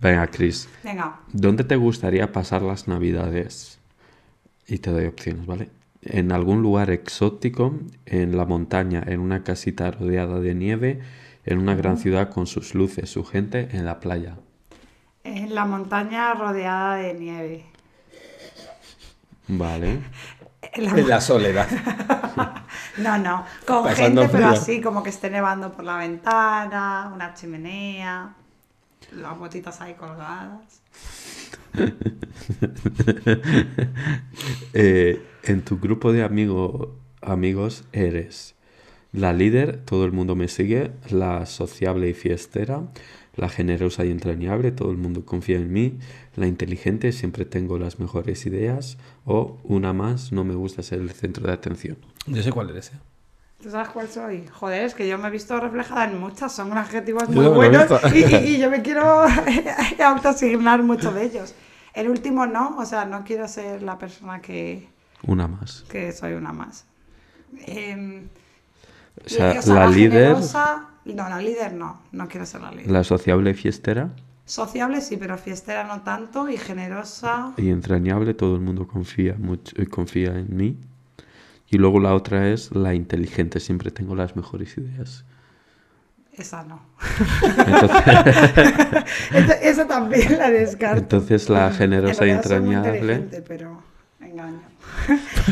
[SPEAKER 4] Venga, Chris.
[SPEAKER 1] Venga,
[SPEAKER 4] ¿Dónde te gustaría pasar las navidades? Y te doy opciones, ¿vale? En algún lugar exótico, en la montaña, en una casita rodeada de nieve, en una gran ciudad con sus luces, su gente, en la playa.
[SPEAKER 1] en eh, la montaña rodeada de nieve.
[SPEAKER 4] Vale.
[SPEAKER 1] En Eh, la-
[SPEAKER 5] En la soledad.
[SPEAKER 1] No, no, con
[SPEAKER 5] Pasando
[SPEAKER 1] gente, pero
[SPEAKER 5] frío.
[SPEAKER 1] así, como que esté nevando por la ventana, una chimenea, las botitas ahí colgadas.
[SPEAKER 4] Eh, en tu grupo de amigo- amigos eres la líder, todo el mundo me sigue, la sociable y fiestera, la generosa y entrañable, todo el mundo confía en mí, la inteligente, siempre tengo las mejores ideas, o una más, no me gusta ser el centro de atención.
[SPEAKER 5] Yo sé cuál eres, ¿eh?
[SPEAKER 1] ¿Tú sabes cuál soy? Joder, es que yo me he visto reflejada en muchas, son unos adjetivos
[SPEAKER 5] Yo
[SPEAKER 1] muy
[SPEAKER 5] también lo he
[SPEAKER 1] buenos y, y- y yo me quiero autoasignar muchos de ellos. El último no, o sea, no quiero ser la persona que,
[SPEAKER 4] Una más.
[SPEAKER 1] que soy una más. Em,
[SPEAKER 4] O sea,
[SPEAKER 1] y- o sea,
[SPEAKER 4] la líder,
[SPEAKER 1] generosa- No, la líder no, no quiero ser la líder.
[SPEAKER 4] la sociable y fiestera
[SPEAKER 1] Sociable sí, pero fiestera no tanto y generosa.
[SPEAKER 4] y entrañable, todo el mundo confía, mucho, eh, confía en mí. Y luego la otra es la inteligente, siempre tengo las mejores ideas.
[SPEAKER 1] Esa no.
[SPEAKER 4] Entonces,
[SPEAKER 1] Esa, esa también la descarto.
[SPEAKER 4] entonces la generosa y
[SPEAKER 1] En realidad soy muy
[SPEAKER 4] entrañable.
[SPEAKER 1] inteligente, pero engaño.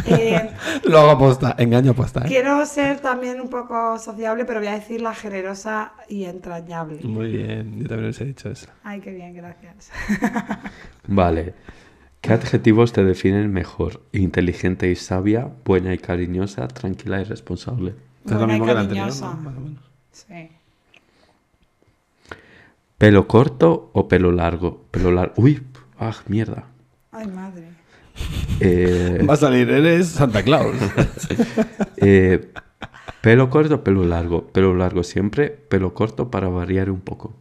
[SPEAKER 1] Eh,
[SPEAKER 2] Lo hago aposta, engaño aposta. ¿eh?
[SPEAKER 1] quiero ser también un poco sociable, pero voy a decir la generosa y entrañable.
[SPEAKER 2] Muy bien, yo también os he dicho eso.
[SPEAKER 1] Ay, qué bien, gracias.
[SPEAKER 4] Vale. ¿Qué adjetivos te definen mejor? Inteligente y sabia, buena y cariñosa, tranquila y responsable.
[SPEAKER 2] Es lo
[SPEAKER 1] Buena y
[SPEAKER 2] mismo que el anterior,
[SPEAKER 1] cariñosa.
[SPEAKER 2] ¿no? Más o menos.
[SPEAKER 1] Sí.
[SPEAKER 4] ¿Pelo corto o pelo largo? Pelo largo. Uy, ah, mierda.
[SPEAKER 1] Ay, madre.
[SPEAKER 4] Eh,
[SPEAKER 2] Va a salir, eres Santa Claus.
[SPEAKER 4] eh, pelo corto o pelo largo. Pelo largo siempre, pelo corto para variar un poco.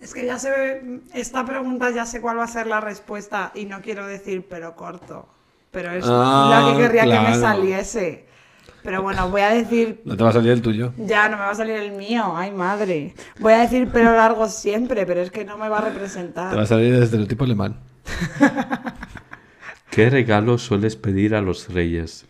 [SPEAKER 1] Es que ya se ve, esta pregunta ya sé cuál va a ser la respuesta y no quiero decir pero corto, pero es
[SPEAKER 5] Ah,
[SPEAKER 1] la que querría que me
[SPEAKER 5] claro.
[SPEAKER 1] saliese. Pero bueno, voy a decir,
[SPEAKER 2] no te va a salir el tuyo.
[SPEAKER 1] ya no me va a salir el mío, ay madre. Voy a decir pero largo siempre, pero es que no me va a
[SPEAKER 2] Te va a
[SPEAKER 1] representar.
[SPEAKER 2] salir el estereotipo alemán.
[SPEAKER 4] ¿Qué regalos sueles pedir a los reyes?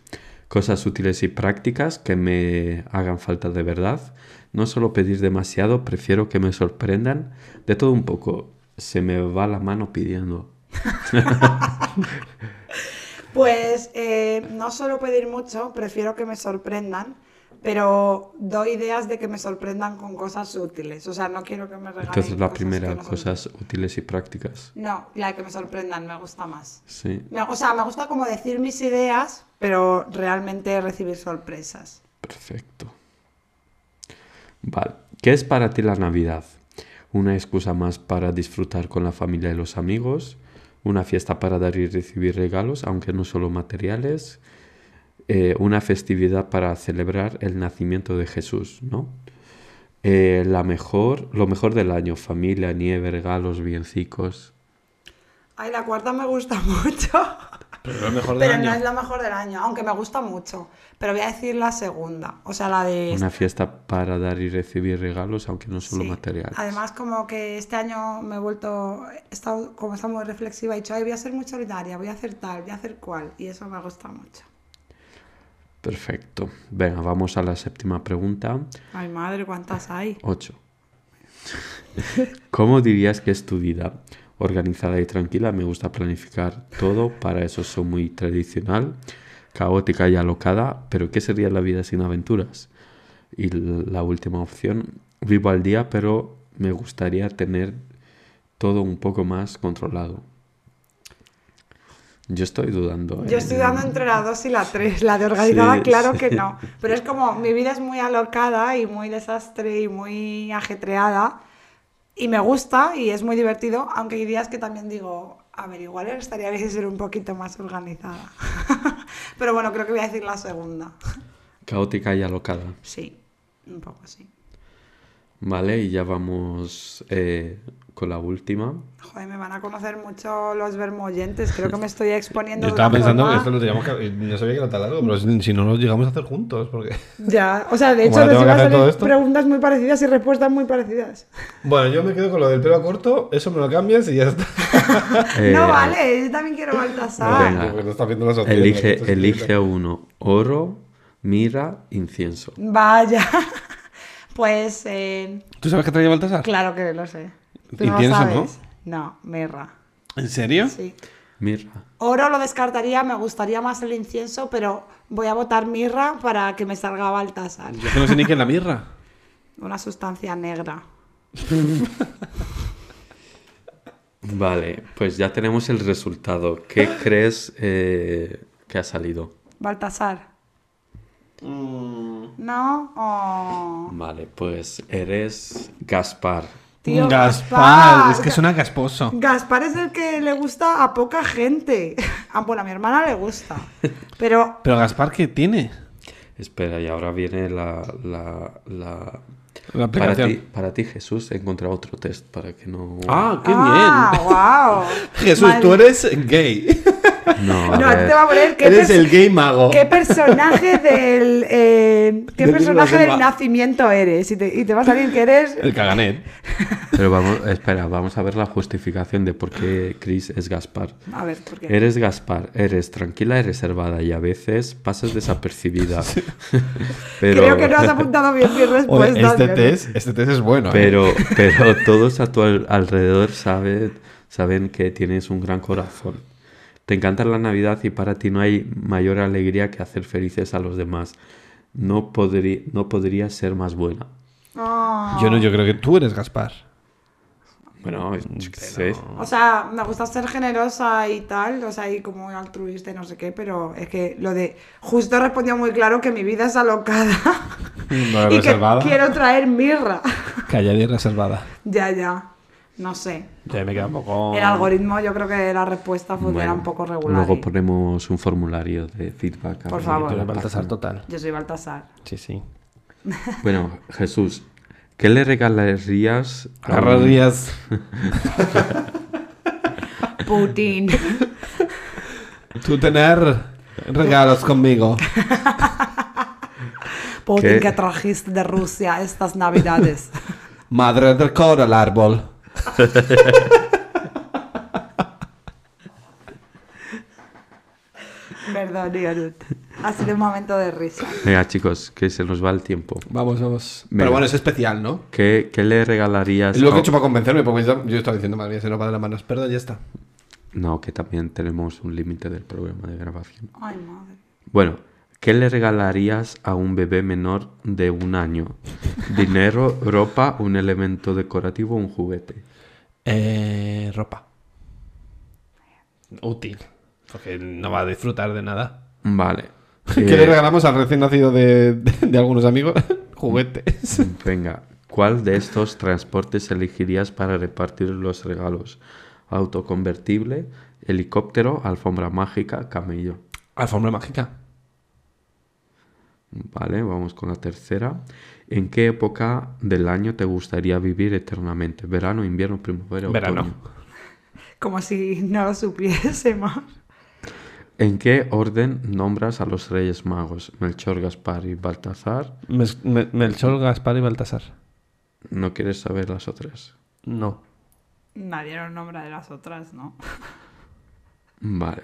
[SPEAKER 4] Cosas útiles y prácticas que me hagan falta de verdad. No solo pedir demasiado, prefiero que me sorprendan. De todo un poco, se me va la mano pidiendo.
[SPEAKER 1] Pues eh, no suelo pedir mucho, prefiero que me sorprendan, pero doy ideas de que me sorprendan con cosas útiles. O sea, no quiero que me regalen
[SPEAKER 4] Entonces la
[SPEAKER 1] cosas
[SPEAKER 4] primera,
[SPEAKER 1] que no son-
[SPEAKER 4] cosas útiles y prácticas.
[SPEAKER 1] No, la que me sorprendan, me gusta más.
[SPEAKER 4] Sí.
[SPEAKER 1] Me- o sea, me gusta como decir mis ideas, pero realmente recibir sorpresas.
[SPEAKER 4] Perfecto. Vale. ¿Qué es para ti la Navidad? ¿Una excusa más para disfrutar con la familia y los amigos? ¿Una fiesta para dar y recibir regalos, aunque no solo materiales? Eh, ¿Una festividad para celebrar el nacimiento de Jesús, no? Eh, la mejor, lo mejor del año, familia, nieve, regalos, biencicos.
[SPEAKER 1] Ay, la cuarta me gusta mucho,
[SPEAKER 5] Pero lo mejor del
[SPEAKER 1] pero no es
[SPEAKER 5] año.
[SPEAKER 1] la mejor del año, aunque me gusta mucho. Pero voy a decir la segunda, o sea, la de...
[SPEAKER 4] Una fiesta para dar y recibir regalos, aunque no solo
[SPEAKER 1] Sí.
[SPEAKER 4] materiales.
[SPEAKER 1] Además, como que este año me he vuelto, he estado como está muy reflexiva, he dicho, ay, voy a ser muy solidaria, voy a hacer tal, voy a hacer cual, y eso me gusta mucho.
[SPEAKER 4] Perfecto. Venga, vamos a la séptima pregunta.
[SPEAKER 1] Ay, madre, cuántas hay.
[SPEAKER 4] 8. ¿Cómo dirías que es tu vida? Organizada y tranquila, me gusta planificar todo, para eso soy muy tradicional, caótica y alocada, pero ¿qué sería la vida sin aventuras? Y l- la última opción, vivo al día, pero me gustaría tener todo un poco más controlado. Yo estoy dudando.
[SPEAKER 1] Yo
[SPEAKER 4] ¿eh?
[SPEAKER 1] estoy dando entre la 2 y la 3. La de organizada,
[SPEAKER 4] Sí,
[SPEAKER 1] claro
[SPEAKER 4] sí.
[SPEAKER 1] que no. Pero es como, mi vida es muy alocada y muy desastre y muy ajetreada. Y me gusta y es muy divertido, aunque hay días que también digo, a ver, igual estaría bien ser un poquito más organizada. Pero bueno, creo que voy a decir la segunda.
[SPEAKER 4] Caótica y alocada.
[SPEAKER 1] Sí, un poco sí.
[SPEAKER 4] Vale, y ya vamos eh, con la última.
[SPEAKER 1] Joder, me van a conocer mucho los vermoyentes. Creo que me estoy exponiendo.
[SPEAKER 2] Yo
[SPEAKER 1] de una
[SPEAKER 2] estaba pensando que
[SPEAKER 1] forma-
[SPEAKER 2] esto lo teníamos que. Yo sabía que era tan largo, pero si, si no lo llegamos a hacer juntos, porque.
[SPEAKER 1] Ya, o sea, de hecho,
[SPEAKER 2] Como ahora
[SPEAKER 1] les
[SPEAKER 2] tengo que
[SPEAKER 1] iba a
[SPEAKER 2] hacer
[SPEAKER 1] salir
[SPEAKER 2] todo esto.
[SPEAKER 1] preguntas muy parecidas y respuestas muy parecidas.
[SPEAKER 2] Bueno, yo me quedo con lo del pelo corto, eso me lo cambias y ya está.
[SPEAKER 4] Eh,
[SPEAKER 1] no vale, yo también quiero Baltasar.
[SPEAKER 4] Venga.
[SPEAKER 2] Porque no estás viendo las opciones, esto
[SPEAKER 4] Elige,
[SPEAKER 2] es
[SPEAKER 4] elige
[SPEAKER 2] increíble.
[SPEAKER 4] uno. Oro, mira, incienso.
[SPEAKER 1] Vaya. Pues, eh,
[SPEAKER 5] ¿Tú sabes que traía Baltasar?
[SPEAKER 1] claro que lo sé. Tú
[SPEAKER 5] ¿Y
[SPEAKER 1] no lo
[SPEAKER 5] pienso, no?
[SPEAKER 1] sabes. No, mirra.
[SPEAKER 5] ¿En serio?
[SPEAKER 1] Sí.
[SPEAKER 4] Mirra.
[SPEAKER 1] Oro lo descartaría, me gustaría más el incienso, pero voy a votar mirra para que me salga Baltasar.
[SPEAKER 5] Yo que no sé ni qué es la mirra.
[SPEAKER 1] Una sustancia negra.
[SPEAKER 4] Vale, pues ya tenemos el resultado. ¿Qué crees eh, que ha salido?
[SPEAKER 1] Baltasar. No. Oh.
[SPEAKER 4] Vale, pues eres Gaspar.
[SPEAKER 1] Tío,
[SPEAKER 5] es que suena gasposo.
[SPEAKER 1] Gaspar es el que le gusta a poca gente. Ah, bueno, a mi hermana le gusta. Pero
[SPEAKER 5] Pero Gaspar, ¿qué tiene?
[SPEAKER 4] Espera, y ahora viene la... la, la-
[SPEAKER 2] La
[SPEAKER 4] Para ti,
[SPEAKER 2] aplicación.
[SPEAKER 4] para ti, Jesús, he encontrado otro test para que no...
[SPEAKER 5] Ah, qué
[SPEAKER 1] ah,
[SPEAKER 5] bien.
[SPEAKER 1] guau.
[SPEAKER 2] Jesús,
[SPEAKER 1] Madre-
[SPEAKER 2] tú eres gay.
[SPEAKER 4] no, a
[SPEAKER 1] No,
[SPEAKER 4] ver.
[SPEAKER 1] te va a poner qué,
[SPEAKER 2] Eres
[SPEAKER 1] pers-
[SPEAKER 2] el gay mago.
[SPEAKER 1] qué personaje del eh, qué
[SPEAKER 2] Del
[SPEAKER 1] personaje
[SPEAKER 2] libro de
[SPEAKER 1] del
[SPEAKER 2] Emma.
[SPEAKER 1] nacimiento eres y te, y te va a salir que eres
[SPEAKER 2] El caganet.
[SPEAKER 4] Pero vamos, espera, vamos a ver la justificación de por qué Chris es Gaspar.
[SPEAKER 1] a ver ¿por qué?
[SPEAKER 4] Eres Gaspar, eres tranquila y reservada y a veces pasas desapercibida. pero,
[SPEAKER 1] creo que no has apuntado bien mi
[SPEAKER 2] Oye,
[SPEAKER 1] respuesta
[SPEAKER 2] este, test, este test es bueno. ¿eh?
[SPEAKER 4] pero, pero todos a tu al- alrededor saben, saben que tienes un gran corazón. Te encanta la Navidad y para ti no hay mayor alegría que hacer felices a los demás. No, podría no podrías ser más buena.
[SPEAKER 1] Ah,
[SPEAKER 2] Yo no, yo creo que tú eres Gaspar.
[SPEAKER 1] Mm,
[SPEAKER 4] Bueno, yo qué sé.
[SPEAKER 1] o sea me gusta ser generosa y tal o sea y como altruista y no sé qué pero es que lo de justo respondió muy claro que mi vida es alocada
[SPEAKER 2] No
[SPEAKER 1] y
[SPEAKER 2] eres
[SPEAKER 1] que
[SPEAKER 2] reservada.
[SPEAKER 1] quiero traer mirra
[SPEAKER 2] Callada y reservada.
[SPEAKER 1] ya ya no sé
[SPEAKER 2] Ya me queda un poco.
[SPEAKER 1] el algoritmo yo creo que la respuesta fue que era
[SPEAKER 4] Bueno,
[SPEAKER 1] un poco regular
[SPEAKER 4] luego
[SPEAKER 1] ¿eh?
[SPEAKER 4] ponemos un formulario de feedback. a
[SPEAKER 1] Por
[SPEAKER 4] ver.
[SPEAKER 1] favor.
[SPEAKER 2] Tú eres Baltasar total.
[SPEAKER 1] yo soy Baltasar
[SPEAKER 2] Sí, sí.
[SPEAKER 4] Bueno, Jesús, ¿qué le regalarías a un-
[SPEAKER 2] Agarrarías.
[SPEAKER 1] Putin.
[SPEAKER 2] Tú tener regalos conmigo.
[SPEAKER 1] Putin
[SPEAKER 4] ¿Qué?
[SPEAKER 1] que trajiste de Rusia estas navidades.
[SPEAKER 2] Madre del coro al árbol.
[SPEAKER 1] Perdón, Iorut. Ha sido un momento de risa.
[SPEAKER 4] Venga, chicos, que se nos va el tiempo.
[SPEAKER 2] Vamos, vamos.
[SPEAKER 4] Venga.
[SPEAKER 2] Pero bueno, es especial, ¿no?
[SPEAKER 4] ¿Qué, qué le regalarías?
[SPEAKER 2] Es lo que
[SPEAKER 4] a-
[SPEAKER 2] he hecho para convencerme, porque ya- yo estaba diciendo, madre mía, se nos va de las manos. Perdón, ya está.
[SPEAKER 4] No, que también tenemos un límite del programa de grabación.
[SPEAKER 1] Ay, madre.
[SPEAKER 4] Bueno, ¿qué le regalarías a un bebé menor de un año? Dinero, ropa, un elemento decorativo, un juguete.
[SPEAKER 2] Eh, ropa. Útil. Porque no va a disfrutar de nada.
[SPEAKER 4] Vale.
[SPEAKER 2] ¿Qué
[SPEAKER 4] Eh,
[SPEAKER 2] le regalamos al recién nacido de, de- de algunos amigos? Juguetes.
[SPEAKER 4] Venga, ¿cuál de estos transportes elegirías para repartir los regalos? Autoconvertible, helicóptero, alfombra mágica, camello.
[SPEAKER 2] Alfombra mágica.
[SPEAKER 4] Vale, vamos con la tercera. ¿En qué época del año te gustaría vivir eternamente? ¿Verano, invierno, primavera, otoño?
[SPEAKER 2] Verano.
[SPEAKER 1] Como si no lo supiésemos.
[SPEAKER 4] ¿En qué orden nombras a los Reyes Magos? Melchor, Gaspar y Baltasar.
[SPEAKER 2] Mes- Me- Melchor, Gaspar y Baltasar.
[SPEAKER 4] ¿No quieres saber las otras?
[SPEAKER 2] No.
[SPEAKER 1] Nadie nos nombra de las otras, ¿no?
[SPEAKER 4] Vale.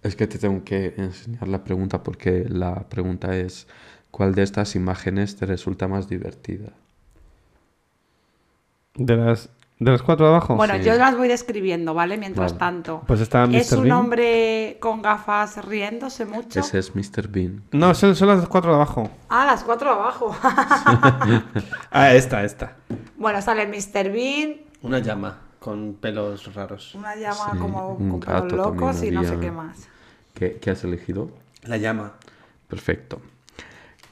[SPEAKER 4] Es que te tengo que enseñar la pregunta porque la pregunta es ¿cuál de estas imágenes te resulta más divertida?
[SPEAKER 2] De las, de las cuatro abajo.
[SPEAKER 1] Bueno,
[SPEAKER 4] sí.
[SPEAKER 1] yo las voy describiendo, ¿vale? Mientras
[SPEAKER 4] Vale.
[SPEAKER 1] tanto.
[SPEAKER 2] Pues está Mr.
[SPEAKER 1] Es un
[SPEAKER 2] Bean.
[SPEAKER 1] hombre con gafas riéndose mucho.
[SPEAKER 4] Ese es Mr. Bean.
[SPEAKER 2] No, son, son las cuatro de abajo.
[SPEAKER 1] Ah, las cuatro abajo.
[SPEAKER 2] Ah, esta, esta.
[SPEAKER 1] bueno, sale Mr. Bean,
[SPEAKER 5] Una llama con pelos raros.
[SPEAKER 1] una llama
[SPEAKER 4] Sí,
[SPEAKER 1] como
[SPEAKER 4] un
[SPEAKER 1] con pelos
[SPEAKER 4] gato
[SPEAKER 1] locos y
[SPEAKER 4] también
[SPEAKER 1] no sé
[SPEAKER 4] había.
[SPEAKER 1] qué más.
[SPEAKER 4] ¿Qué, qué has elegido?
[SPEAKER 5] La llama.
[SPEAKER 4] Perfecto.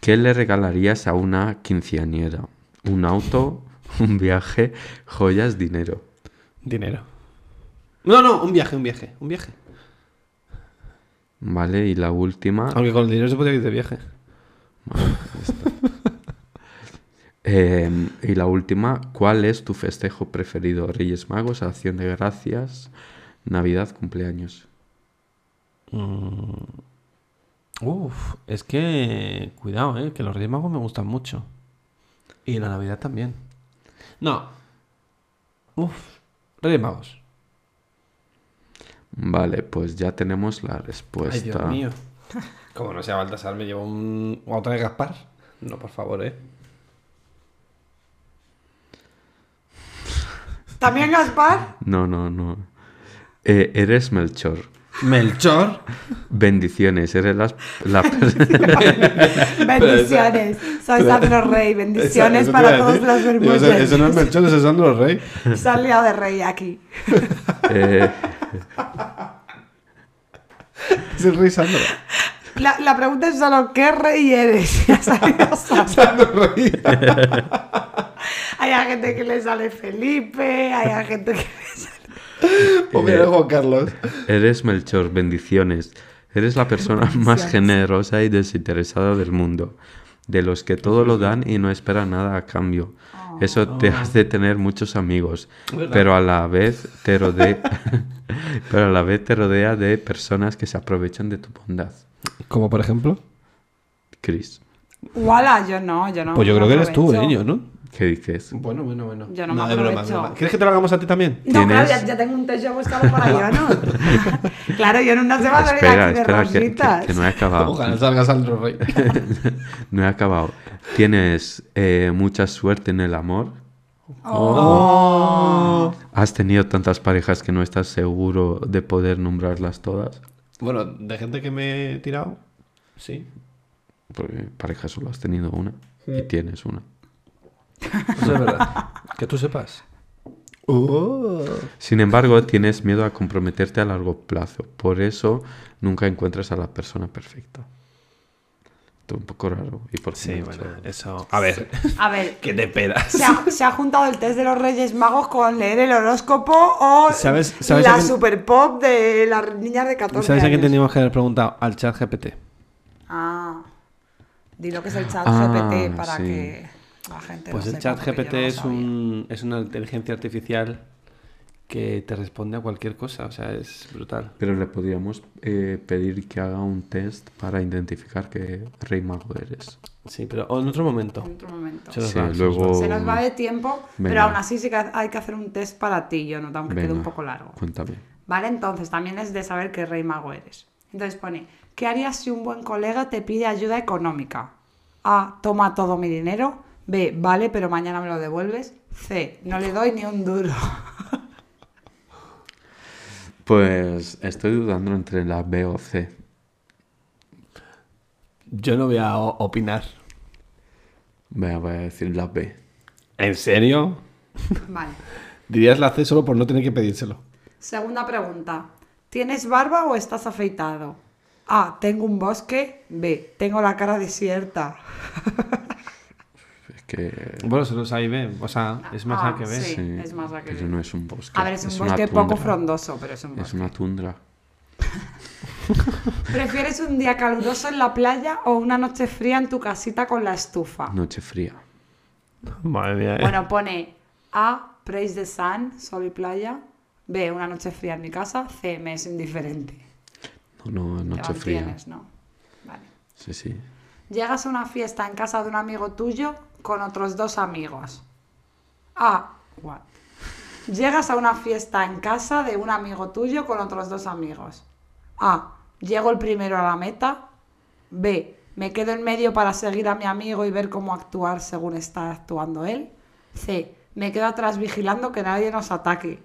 [SPEAKER 4] ¿Qué le regalarías a una quinceañera? ¿Un auto? ¿Un viaje? ¿Joyas? ¿Dinero?
[SPEAKER 2] Dinero.
[SPEAKER 5] No, no, un viaje, un viaje, un viaje.
[SPEAKER 4] Vale, y la
[SPEAKER 2] Ah.
[SPEAKER 4] última.
[SPEAKER 2] Aunque con el dinero se podría ir de viaje.
[SPEAKER 4] Vale, ya está. Eh, Este. y la última, ¿cuál es tu festejo preferido? Reyes Magos, Acción de Gracias, Navidad, cumpleaños.
[SPEAKER 5] Uf, es que cuidado, ¿eh? que los Reyes Magos me gustan mucho. Y la Navidad también. No. Uf, Reyes Magos.
[SPEAKER 4] Vale, pues ya tenemos la respuesta.
[SPEAKER 5] Ay, Dios mío. Como no sea Baltasar, me llevo un... otra de Gaspar. No, por favor, ¿eh?
[SPEAKER 1] ¿También Gaspar?
[SPEAKER 4] No, no, no. Eh, eres Melchor.
[SPEAKER 5] Melchor.
[SPEAKER 4] Bendiciones, eres las- la, per-
[SPEAKER 1] bendiciones. Soy Sandro Rey. Bendiciones
[SPEAKER 2] Eso- eso te
[SPEAKER 1] para
[SPEAKER 2] iba a
[SPEAKER 1] todos
[SPEAKER 2] decir.
[SPEAKER 1] los
[SPEAKER 2] Digo,
[SPEAKER 1] bermúdez.
[SPEAKER 2] ese- Ese no es Melchor, ese es Sandro Rey.
[SPEAKER 1] Se han liado de rey aquí.
[SPEAKER 4] eh,
[SPEAKER 2] Es el Rey Sandro.
[SPEAKER 1] La, la pregunta es solo, ¿qué rey eres? Y ha salido Sandro.
[SPEAKER 2] Sandro Rey.
[SPEAKER 1] Hay a gente que le sale Felipe, hay a gente que le sale...
[SPEAKER 2] O mira, el Juan Carlos.
[SPEAKER 4] eres Melchor, bendiciones. Eres la persona más generosa y desinteresada del mundo, de los que todo lo dan y no esperan nada a cambio.
[SPEAKER 1] Ah.
[SPEAKER 4] Eso te hace tener muchos amigos, pero a la vez te rodea, pero a la vez te rodea de personas que se aprovechan de tu bondad.
[SPEAKER 5] Como por ejemplo.
[SPEAKER 4] Chris,
[SPEAKER 1] Wala, yo no, yo no.
[SPEAKER 5] Pues yo creo que eres tú,
[SPEAKER 1] aprovecho.
[SPEAKER 5] ¿eh? Yo, ¿no?
[SPEAKER 4] ¿qué dices?
[SPEAKER 5] Bueno, bueno, bueno.
[SPEAKER 1] Yo no me
[SPEAKER 5] de broma,
[SPEAKER 1] aprovecho.
[SPEAKER 5] de broma. ¿Quieres que te lo hagamos a ti también?
[SPEAKER 1] No, claro,
[SPEAKER 4] ¿Tienes?
[SPEAKER 1] ya, ya tengo un test yo buscado para yo, ¿no? claro, yo en una se va a salir
[SPEAKER 4] Espera,
[SPEAKER 1] aquí de
[SPEAKER 4] espera, que, que-
[SPEAKER 1] rositas.
[SPEAKER 4] que no he
[SPEAKER 5] Ah,
[SPEAKER 4] acabado.
[SPEAKER 2] Ojalá salga Sandro Rey.
[SPEAKER 4] No he acabado. Tienes eh, mucha suerte en el amor.
[SPEAKER 1] Oh.
[SPEAKER 4] Has tenido tantas parejas que no estás seguro de poder nombrarlas todas.
[SPEAKER 2] Bueno, de gente que me he tirado, sí.
[SPEAKER 4] Porque parejas solo has tenido una y tienes una.
[SPEAKER 5] Eso es verdad. Que tú sepas. Uh.
[SPEAKER 4] Sin embargo, tienes miedo a comprometerte a largo plazo. Por eso nunca encuentras a la persona perfecta. Esto es un poco raro. ¿Y por qué no he hecho algo?
[SPEAKER 5] eso. A ver,
[SPEAKER 1] A ver,
[SPEAKER 5] ¿qué te esperas?
[SPEAKER 1] se ha, se ha juntado el test de los Reyes Magos con leer el horóscopo o
[SPEAKER 5] ¿Sabes- sabes a
[SPEAKER 1] la
[SPEAKER 5] quién-
[SPEAKER 1] super pop de las niñas de 14
[SPEAKER 5] ¿Sabes a quién
[SPEAKER 1] años.
[SPEAKER 5] teníamos que haber preguntado? Al chat GPT.
[SPEAKER 1] Ah, dilo que es el chat
[SPEAKER 4] Ah,
[SPEAKER 1] GPT para
[SPEAKER 4] sí.
[SPEAKER 1] que la gente
[SPEAKER 5] Pues
[SPEAKER 1] lo
[SPEAKER 5] el
[SPEAKER 1] sepa,
[SPEAKER 5] chat
[SPEAKER 1] porque yo
[SPEAKER 5] GPT
[SPEAKER 1] no lo
[SPEAKER 5] es,
[SPEAKER 1] sabía.
[SPEAKER 5] un, es una inteligencia artificial que te responde a cualquier cosa. O sea, es brutal.
[SPEAKER 4] Pero le podríamos eh, pedir que haga un test para identificar qué rey mago eres.
[SPEAKER 5] Sí, pero en otro momento.
[SPEAKER 1] En otro momento.
[SPEAKER 5] Se los
[SPEAKER 4] Sí,
[SPEAKER 5] da, se los
[SPEAKER 4] luego-
[SPEAKER 1] Se nos va de tiempo, pero
[SPEAKER 4] Oh. Venga.
[SPEAKER 1] aún así sí que hay que hacer un test para ti, yo nota, aunque quede un
[SPEAKER 4] Venga,
[SPEAKER 1] poco largo.
[SPEAKER 4] Cuéntame.
[SPEAKER 1] Vale, entonces también es de saber qué rey mago eres. Entonces pone, ¿qué harías si un buen colega te pide ayuda económica? A, toma todo mi dinero. B, vale, pero mañana me lo devuelves. C, no le doy ni un duro.
[SPEAKER 4] Pues estoy dudando entre la B o C.
[SPEAKER 5] Yo no voy a o- opinar.
[SPEAKER 4] Venga, voy a decir la B.
[SPEAKER 2] ¿En serio?
[SPEAKER 1] Vale.
[SPEAKER 2] Dirías la C solo por no tener que pedírselo.
[SPEAKER 1] Segunda pregunta. ¿Tienes barba o estás afeitado? A, tengo un bosque. B, tengo la cara desierta.
[SPEAKER 4] Es que.
[SPEAKER 5] Bueno, se los A y B. O sea, es más
[SPEAKER 1] Ah,
[SPEAKER 5] A que B.
[SPEAKER 1] sí.
[SPEAKER 4] sí,
[SPEAKER 1] es más la que
[SPEAKER 4] Pero
[SPEAKER 1] B.
[SPEAKER 4] no es un bosque.
[SPEAKER 1] A ver, es un
[SPEAKER 4] una
[SPEAKER 1] bosque poco
[SPEAKER 4] tundra.
[SPEAKER 1] frondoso, pero es un
[SPEAKER 4] Es
[SPEAKER 1] bosque.
[SPEAKER 4] una tundra.
[SPEAKER 1] ¿Prefieres un día caluroso en la playa o una noche fría en tu casita con la estufa?
[SPEAKER 4] Noche fría.
[SPEAKER 5] Madre mía. eh.
[SPEAKER 1] Bueno, pone A, praise the sun, sol y playa. B, una noche fría en mi casa. C, me es indiferente.
[SPEAKER 4] No, no,
[SPEAKER 1] Te
[SPEAKER 4] noche fría.
[SPEAKER 1] mantienes, ¿no? Vale.
[SPEAKER 4] Sí, sí.
[SPEAKER 1] Llegas a una fiesta en casa de un amigo tuyo con otros dos amigos. A, what? Llegas a una fiesta en casa de un amigo tuyo con otros dos amigos. A, llego el primero a la meta. B, me quedo en medio para seguir a mi amigo y ver cómo actuar según está actuando él. C, me quedo atrás vigilando que nadie nos ataque.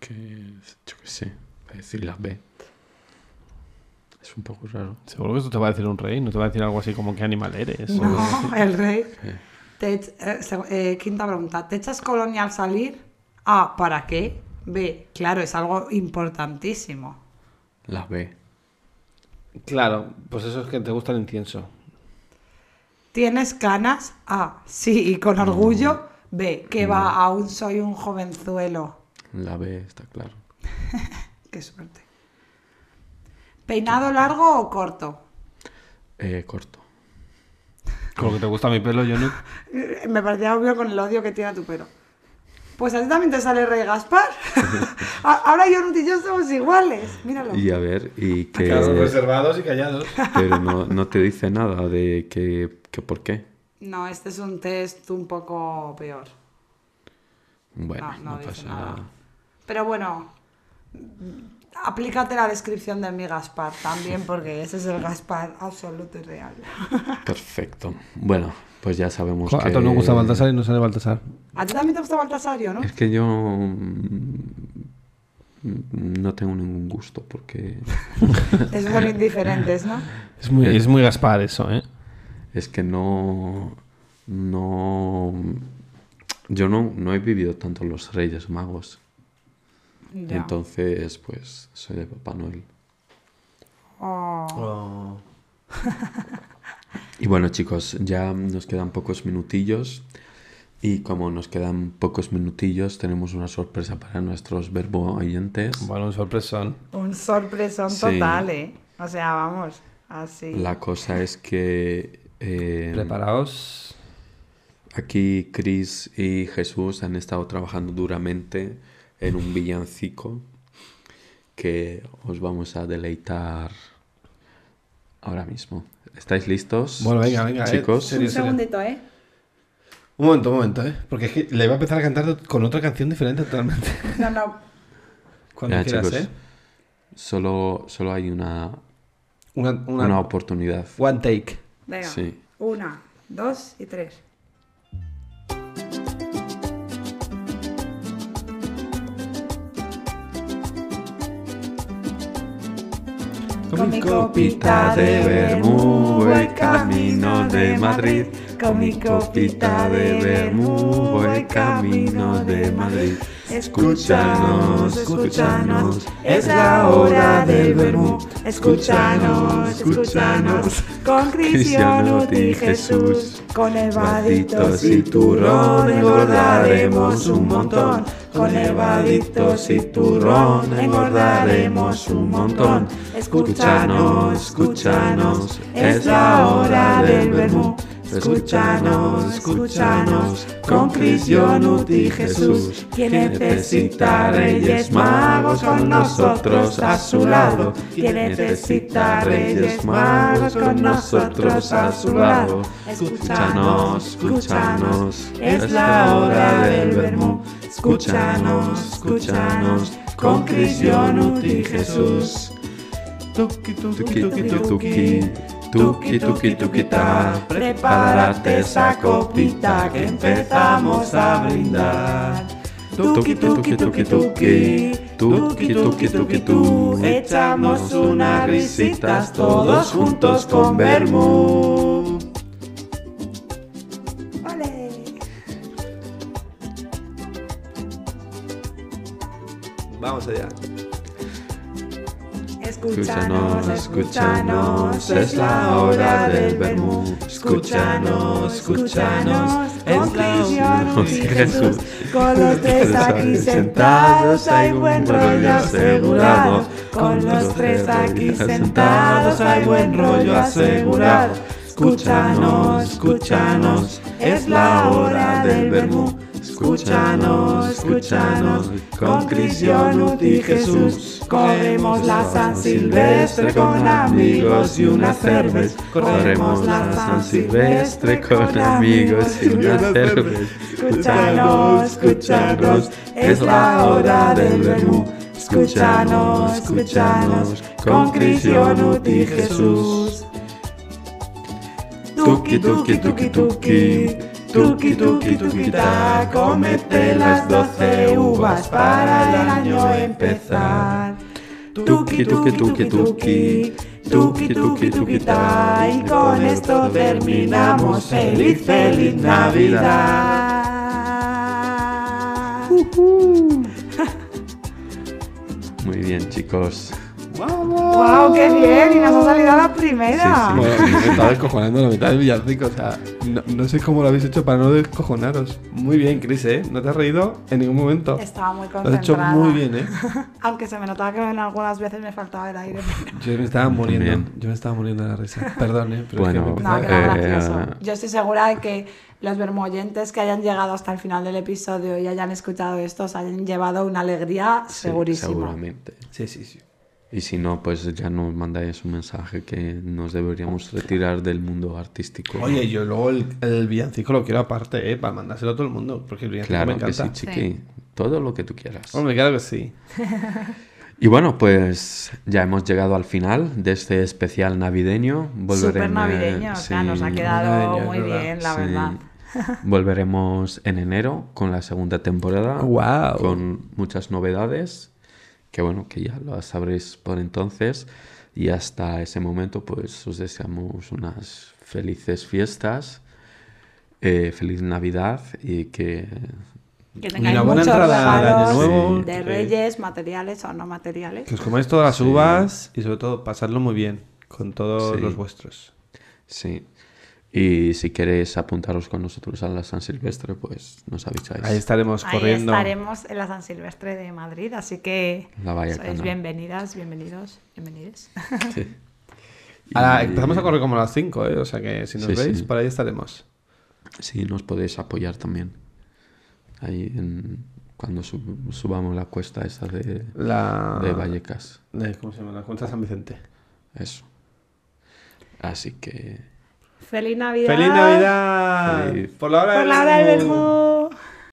[SPEAKER 4] Que. Yo qué sé. Voy a decir la B. Es un poco raro.
[SPEAKER 5] Seguro que esto te va a decir un rey, no te va a decir algo así como qué animal eres.
[SPEAKER 1] No, el rey. Te ech- eh, seg- eh, quinta pregunta. ¿Te echas colonia al salir? A. ¿Para qué? B. Claro, es algo importantísimo.
[SPEAKER 4] La B.
[SPEAKER 5] Claro, pues eso es que te gusta el incienso.
[SPEAKER 1] ¿Tienes canas? A. Sí, y con orgullo. B. Que va, aún soy un jovenzuelo.
[SPEAKER 4] La B está claro.
[SPEAKER 1] Qué suerte. ¿Peinado largo o corto?
[SPEAKER 4] Eh, corto.
[SPEAKER 2] Con lo que te gusta mi pelo, yo no.
[SPEAKER 1] Eh, Me parecía obvio con el odio que tiene a tu pelo. Pues a ti también te sale Rey Gaspar. A- Ahora yo y yo somos iguales. Míralo.
[SPEAKER 4] Y a ver, y que...
[SPEAKER 5] Eh, reservados y callados.
[SPEAKER 4] Pero no, no te dice nada de que, que por qué.
[SPEAKER 1] No, este es un test un poco peor.
[SPEAKER 4] Bueno,
[SPEAKER 1] No,
[SPEAKER 4] no,
[SPEAKER 1] Ah, no dice
[SPEAKER 4] pasa
[SPEAKER 1] nada.
[SPEAKER 4] nada.
[SPEAKER 1] Pero bueno, aplícate la descripción de mi Gaspar también, porque ese es el Gaspar absoluto y real.
[SPEAKER 4] Perfecto. Bueno, pues ya sabemos
[SPEAKER 2] A
[SPEAKER 4] que...
[SPEAKER 2] todos nos gusta Baltasar y no sale Baltasar.
[SPEAKER 1] A ti también te gusta Baltasario, ¿no?
[SPEAKER 4] Es que yo mm, no tengo ningún gusto porque
[SPEAKER 1] Esos son indiferentes, ¿no?
[SPEAKER 2] Es
[SPEAKER 5] Eh,
[SPEAKER 2] muy, es muy Gaspar eso, ¿eh?
[SPEAKER 4] es que no no yo no, no he vivido tanto los Reyes Magos.
[SPEAKER 1] Ya.
[SPEAKER 4] Entonces, pues soy de Papá Noel.
[SPEAKER 1] Oh.
[SPEAKER 4] Y bueno, chicos, ya nos quedan pocos minutillos. Y como nos quedan pocos minutillos, tenemos una sorpresa para nuestros verbo oyentes.
[SPEAKER 5] Bueno, un sorpresón.
[SPEAKER 1] Un sorpresón
[SPEAKER 4] Sí.
[SPEAKER 1] total, ¿eh? O sea, vamos, así.
[SPEAKER 4] La cosa es que eh,
[SPEAKER 5] Preparaos.
[SPEAKER 4] aquí Chris y Jesús han estado trabajando duramente en un villancico que os vamos a deleitar ahora mismo. ¿Estáis listos?
[SPEAKER 5] Bueno, venga, venga, eh,
[SPEAKER 4] Chicos,
[SPEAKER 5] serio.
[SPEAKER 1] Un segundito, ¿eh?
[SPEAKER 5] Un momento, un momento, ¿eh? Porque es que le iba a empezar a cantar con otra canción diferente totalmente.
[SPEAKER 1] No, no.
[SPEAKER 5] Cuando
[SPEAKER 4] Ya,
[SPEAKER 5] quieras,
[SPEAKER 4] chicos.
[SPEAKER 5] ¿eh?
[SPEAKER 4] solo, solo hay una,
[SPEAKER 5] Una, una-
[SPEAKER 4] una oportunidad.
[SPEAKER 5] One take.
[SPEAKER 1] Venga.
[SPEAKER 4] Sí.
[SPEAKER 1] Una, dos y tres. Con mi copita de vermú voy camino de Madrid. Con mi copita de vermú voy camino de Madrid. Escúchanos, escúchanos, es la hora del vermú. Escúchanos, escúchanos, con Cristiano y Jesús. Con levaditos y turrón engordaremos un montón. Con levaditos y turrón engordaremos un montón. Escúchanos, escúchanos, es la hora del vermú. Escúchanos, escúchanos, con Cristiano y Jesús. Quien necesita reyes magos con nosotros a su lado. Quien necesita reyes magos con nosotros a su lado. Escúchanos, escúchanos, es la hora del vermú. Escúchanos, escúchanos, con Cristiano y Jesús. Tuki, tuki, tuki, tuki. Tuki, tuki, tuki, ta. Prepárate esa copita que empezamos a brindar. Tuki, tuki, tuki, tuki. Tuki, tuki, tuki, tu. Echamos unas risitas todos juntos con vermú.
[SPEAKER 5] Vamos allá.
[SPEAKER 4] Escúchanos, escúchanos, es la hora del vermú. Escúchanos, escúchanos, es la hora de Jesús.
[SPEAKER 1] Con los tres aquí sentados hay buen rollo asegurado. Con los tres aquí sentados hay buen rollo asegurado. Escúchanos, escúchanos, es la hora del vermú. Escúchanos, escúchanos, con Cristiano y Jesús. Corremos la San Silvestre con amigos y una cerveza. Corremos la San Silvestre con amigos y una cerveza. Escúchanos, escúchanos, es la hora del vermú. Escúchanos, escúchanos, con Cristiano y Jesús. Tuki, tuki, tuki, tuki. Tuki, tuki, tuki, ta. Comete las doce uvas para el año empezar. Tuki, tuki, tuki, tuki. Tuki, tuki, tuki, ta. Y con esto terminamos. Feliz, feliz Navidad.
[SPEAKER 4] Muy bien, chicos.
[SPEAKER 1] ¡Wow, qué bien! Y nos ha salido a la primera.
[SPEAKER 4] Sí,
[SPEAKER 2] Bueno, me estaba descojonando la mitad del villancico, o sea. No, no sé cómo lo habéis hecho para no descojonaros.
[SPEAKER 5] Muy bien, Cris, ¿eh? No te has reído en ningún momento.
[SPEAKER 1] Estaba muy
[SPEAKER 5] Lo has hecho
[SPEAKER 1] concentrada.
[SPEAKER 5] muy bien, ¿eh?
[SPEAKER 1] Aunque se me notaba que en algunas veces me faltaba el aire.
[SPEAKER 5] Yo me estaba muriendo.
[SPEAKER 4] Bien.
[SPEAKER 5] Yo me estaba muriendo de la risa. Perdón, ¿eh? Pero
[SPEAKER 4] Bueno,
[SPEAKER 5] es que me
[SPEAKER 1] No,
[SPEAKER 5] empezaba-
[SPEAKER 1] que era
[SPEAKER 4] Eh,
[SPEAKER 1] gracioso. Yo estoy segura de que los vermoyentes que hayan llegado hasta el final del episodio y hayan escuchado esto, os hayan llevado una alegría
[SPEAKER 4] Sí,
[SPEAKER 1] segurísima.
[SPEAKER 4] seguramente.
[SPEAKER 5] Sí, sí, sí.
[SPEAKER 4] Y si no, pues ya nos mandáis un mensaje que nos deberíamos retirar del mundo artístico.
[SPEAKER 5] Oye, yo luego el, el villancico lo quiero aparte, ¿eh? Para mandárselo a todo el mundo. Porque el villancico me
[SPEAKER 4] claro que
[SPEAKER 5] encanta.
[SPEAKER 4] sí, chiqui. Todo lo que tú quieras.
[SPEAKER 5] Hombre, claro que sí.
[SPEAKER 4] Y bueno, pues ya hemos llegado al final de este especial navideño. Volveremos,
[SPEAKER 1] Súper navideño, o sea, nos ha quedado
[SPEAKER 5] navideño, es
[SPEAKER 1] muy
[SPEAKER 5] verdad.
[SPEAKER 1] bien, la
[SPEAKER 4] sí.
[SPEAKER 1] verdad.
[SPEAKER 4] Volveremos en enero con la segunda
[SPEAKER 1] Ah.
[SPEAKER 4] temporada.
[SPEAKER 5] Guau.
[SPEAKER 4] Con muchas novedades. Que bueno, que ya lo sabréis por entonces. Y hasta ese momento, pues os deseamos unas felices fiestas. eh, feliz Navidad y que
[SPEAKER 5] una
[SPEAKER 1] Que tengáis
[SPEAKER 5] buena
[SPEAKER 1] muchos
[SPEAKER 5] entrada de
[SPEAKER 1] regalos
[SPEAKER 5] Año Nuevo,
[SPEAKER 1] de
[SPEAKER 5] que-
[SPEAKER 1] reyes, materiales o no materiales.
[SPEAKER 5] Que os comáis todas las uvas y sobre todo pasadlo muy bien con todos
[SPEAKER 4] Sí.
[SPEAKER 5] los vuestros.
[SPEAKER 4] Sí. Y si queréis apuntaros con nosotros a la San Silvestre, pues nos avisáis.
[SPEAKER 5] Ahí estaremos
[SPEAKER 1] Ahí
[SPEAKER 5] corriendo.
[SPEAKER 1] estaremos en la San Silvestre de Madrid, así que
[SPEAKER 4] La Vallecana.
[SPEAKER 1] sois bienvenidas, bienvenidos, bienvenides.
[SPEAKER 4] Sí.
[SPEAKER 5] A la-
[SPEAKER 4] Y-
[SPEAKER 5] empezamos a correr como a las 5, ¿eh? O sea que si nos
[SPEAKER 4] Sí,
[SPEAKER 5] veis,
[SPEAKER 4] sí.
[SPEAKER 5] por ahí estaremos.
[SPEAKER 4] Sí, nos podéis apoyar también. Ahí en- cuando sub- subamos la cuesta esa de,
[SPEAKER 5] La...
[SPEAKER 4] de Vallecas.
[SPEAKER 5] de- ¿Cómo se llama? La cuenta San Vicente.
[SPEAKER 4] Eso. Así que.
[SPEAKER 1] ¡Feliz Navidad!
[SPEAKER 5] ¡Feliz Navidad!
[SPEAKER 4] Feliz-
[SPEAKER 5] Por la hora
[SPEAKER 1] ¡Por
[SPEAKER 5] del
[SPEAKER 1] la hora del
[SPEAKER 5] vermú.
[SPEAKER 1] vermú!